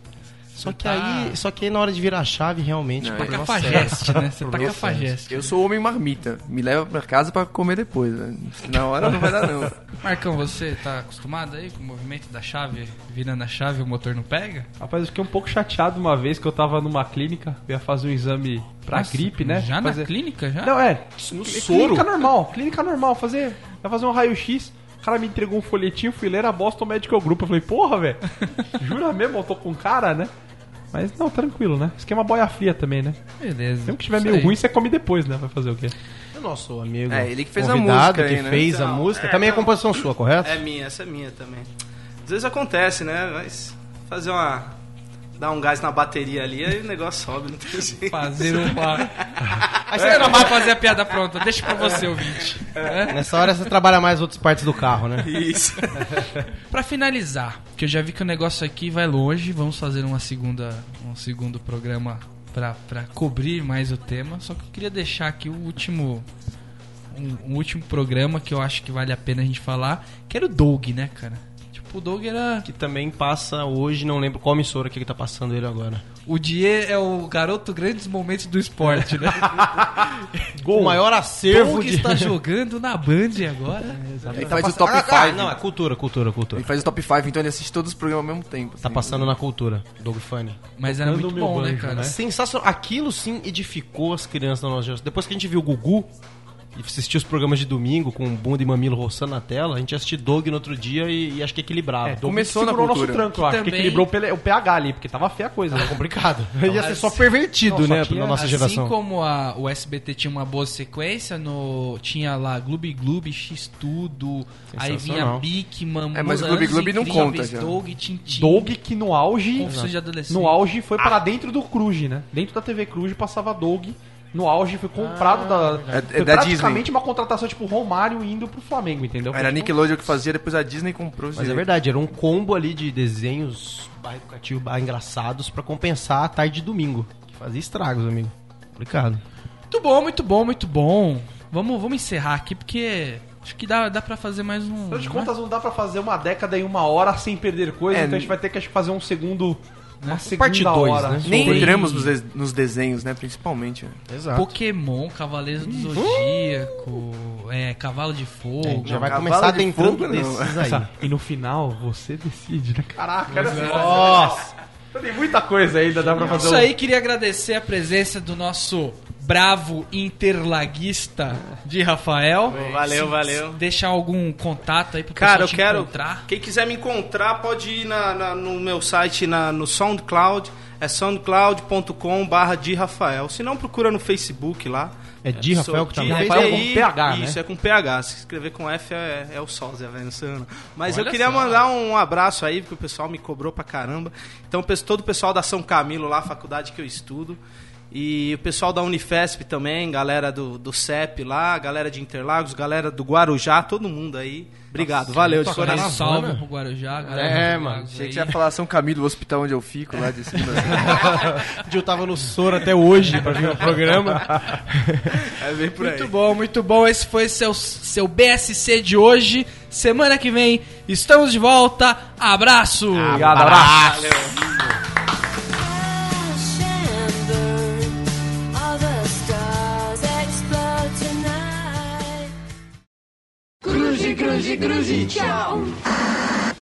Speaker 5: Só que,
Speaker 1: tá-
Speaker 5: aí, só que aí na hora de virar a chave, realmente.
Speaker 6: Não, é
Speaker 1: Tá
Speaker 5: pô,
Speaker 2: É.
Speaker 6: Problema
Speaker 1: cafajeste, né? Você tá
Speaker 5: Problema
Speaker 1: cafajeste.
Speaker 6: Eu sou homem marmita. Me leva pra casa pra comer depois. né? Na hora não vai dar, não.
Speaker 1: Marcão, você tá acostumado aí com o movimento da chave? Virando a chave o motor não pega?
Speaker 2: Rapaz, eu fiquei um pouco chateado uma vez que eu tava numa clínica, eu ia fazer um exame pra
Speaker 1: Nossa,
Speaker 2: gripe, né?
Speaker 1: Já
Speaker 2: Fazer-
Speaker 1: na clínica? Já?
Speaker 2: Não, é.
Speaker 5: No
Speaker 2: clínica
Speaker 5: soro?
Speaker 2: normal, clínica normal. Fazer, ia fazer um raio-x. O cara me entregou um folhetinho, fui ler a Boston Medical Group. Eu falei, porra,
Speaker 5: (laughs)
Speaker 2: velho. Jura mesmo? Eu tô com cara, né? Mas não, tranquilo, né? Esquema boia fria também, né?
Speaker 1: Beleza.
Speaker 2: Mesmo que tiver
Speaker 1: Isso
Speaker 2: meio
Speaker 1: aí.
Speaker 2: ruim, você come depois, né? Vai fazer o quê?
Speaker 5: O nosso amigo.
Speaker 6: É, ele que fez a
Speaker 5: convidado,
Speaker 6: música
Speaker 5: que
Speaker 6: aí, né?
Speaker 5: fez a
Speaker 4: Então,
Speaker 5: música.
Speaker 4: é,
Speaker 5: Também é
Speaker 4: então-
Speaker 5: composição sua, correto?
Speaker 4: É minha, essa é minha também. Às vezes acontece, né? Mas fazer uma. dar um gás na bateria ali, aí o negócio sobe, não tem jeito.
Speaker 1: Fazer
Speaker 2: (laughs)
Speaker 1: uma. Aí você não vai fazer a piada pronta, deixa pra você, ouvinte. É.
Speaker 5: Nessa hora você trabalha mais outras partes do carro,
Speaker 6: (laughs)
Speaker 5: né?
Speaker 4: Isso.
Speaker 1: Pra finalizar, que eu já vi que o negócio aqui vai longe, vamos fazer uma segunda, um segundo programa pra, pra cobrir mais o tema. Só que eu queria deixar aqui o último. Um, um último programa que eu acho que vale a pena a gente falar, que era o Doug, né, cara? Tipo, o Doug era.
Speaker 5: Que também passa hoje, não lembro qual emissora que ele tá passando ele agora.
Speaker 1: O Die é o garoto grandes momentos do esporte, né?
Speaker 2: (laughs)
Speaker 5: O maior
Speaker 1: Doug
Speaker 5: acervo de...
Speaker 1: está
Speaker 5: (laughs)
Speaker 1: jogando na Band
Speaker 2: (laughs)
Speaker 1: agora.
Speaker 2: É,
Speaker 6: Ele
Speaker 5: Tá
Speaker 6: faz o top 5.
Speaker 5: Não, é cultura, cultura, cultura.
Speaker 6: Ele faz o top 5, então ele assiste todos os programas ao mesmo tempo.
Speaker 5: Tá
Speaker 6: assim.
Speaker 5: passando na cultura, Doug Funny.
Speaker 1: Mas era
Speaker 2: Tocando
Speaker 1: muito
Speaker 2: meu
Speaker 1: bom, né,
Speaker 2: banjo,
Speaker 1: cara?
Speaker 2: né?
Speaker 5: Sensacional. Aquilo sim edificou as crianças da nossa geração. Depois que a gente viu o Gugu e assistiu os programas de domingo com bunda e mamilo roçando na tela, a gente assistiu Doug no outro dia e, e acho que equilibrava.
Speaker 2: É,
Speaker 6: Começou na
Speaker 2: segurou o nosso
Speaker 6: cultura.
Speaker 2: tranco, eu acho. Que
Speaker 1: também-
Speaker 2: equilibrou o pele- o pH ali, porque tava feia a coisa. né?
Speaker 5: Complicado. (laughs) Ia ser só
Speaker 1: assim-
Speaker 5: pervertido,
Speaker 2: Não, só
Speaker 5: né,
Speaker 2: tinha-
Speaker 5: pra nossa
Speaker 1: assim
Speaker 5: geração.
Speaker 1: como a, o SBT tinha uma boa sequência, no, tinha lá Gloob Gloob, X Tudo, aí vinha
Speaker 5: Sensacional.
Speaker 1: Bikman,
Speaker 6: É, mas o Gloob Gloob não conta, já.
Speaker 1: Doug, Tintin,
Speaker 2: Doug que no auge.
Speaker 1: Confissões de Adolescente.
Speaker 2: No auge foi para dentro do Cruz, né? Dentro da TV Cruz passava Doug. No auge foi comprado da.
Speaker 6: É- é
Speaker 2: foi
Speaker 6: da
Speaker 2: praticamente uma contratação tipo Romário indo pro Flamengo, entendeu?
Speaker 6: Era a Nickelodeon que fazia, depois a Disney comprou os
Speaker 5: um Mas é
Speaker 6: direitos.
Speaker 5: verdade, era um combo ali de desenhos barra educativo, barra engraçados pra compensar a tarde de domingo. Que fazia estragos, amigo. Complicado.
Speaker 1: Muito bom, muito bom, muito bom. Vamos, vamos encerrar aqui, porque acho que dá, dá pra fazer mais um...
Speaker 2: Afinal de
Speaker 1: né?
Speaker 2: contas, não dá pra fazer uma década em uma hora sem perder coisa,
Speaker 6: É,
Speaker 2: então a gente vai ter que acho que, fazer um segundo. Uma segunda
Speaker 5: Parte dois,
Speaker 2: hora.
Speaker 5: né?
Speaker 6: Nem
Speaker 1: Sobre-
Speaker 6: entramos nos, de- nos desenhos, né? Principalmente. né?
Speaker 5: Exato.
Speaker 1: Pokémon, Cavaleiros do Zodíaco, é, Cavalo de Fogo...
Speaker 5: É, já vai
Speaker 6: Cavalo
Speaker 5: começar
Speaker 6: de
Speaker 5: adentrando
Speaker 6: fogo, não.
Speaker 5: desses (laughs) aí.
Speaker 2: Essa- E no final, você decide, né? Caraca,
Speaker 5: Nossa!
Speaker 2: tem muita coisa ainda, dá pra fazer
Speaker 1: É
Speaker 5: um-
Speaker 1: Isso aí, queria agradecer a presença do nosso bravo interlaguista de Rafael.
Speaker 4: Valeu, valeu.
Speaker 1: Então, Deixar algum contato aí pro
Speaker 4: Cara,
Speaker 1: pessoal
Speaker 4: eu
Speaker 1: te
Speaker 4: quero.
Speaker 1: encontrar.
Speaker 4: Quem quiser me encontrar, pode ir na- na- no meu site, na, no SoundCloud. É soundcloud.com.br de Rafael. Se não, procura no Facebook lá.
Speaker 5: É Di Rafael que tá
Speaker 4: Di-
Speaker 5: no
Speaker 2: Rafael com
Speaker 4: DI,
Speaker 2: PH, né?
Speaker 4: Isso, é com PH. Se escrever com F é, é o sósia, velho. não sei não. Mas
Speaker 1: Olha
Speaker 4: eu queria
Speaker 1: só.
Speaker 4: mandar um abraço aí, porque o pessoal me cobrou pra caramba. Então, o pessoal- todo o pessoal da São Camilo lá, a faculdade que eu estudo. E o pessoal da Unifesp também, galera do, do CEP lá, galera de Interlagos, galera do Guarujá, todo mundo aí. Obrigado, valeu, de
Speaker 1: Toca aí,
Speaker 4: coração.
Speaker 1: salve pro Guarujá, galera.
Speaker 5: É,
Speaker 1: do
Speaker 5: mano.
Speaker 1: Lagos
Speaker 6: Achei que
Speaker 1: aí.
Speaker 6: você ia falar São Camilo, o hospital onde eu fico, lá de cima. assim.
Speaker 5: Eu tava no soro até hoje pra ver o programa.
Speaker 6: É bem por
Speaker 1: Muito bom, muito bom. Esse foi seu, seu BSC de hoje. Semana que vem estamos de volta. Abraço!
Speaker 2: Obrigado, abraço.
Speaker 3: Ash and burn. All the stars explode tonight. Cruze, cruze, cruze, tchau.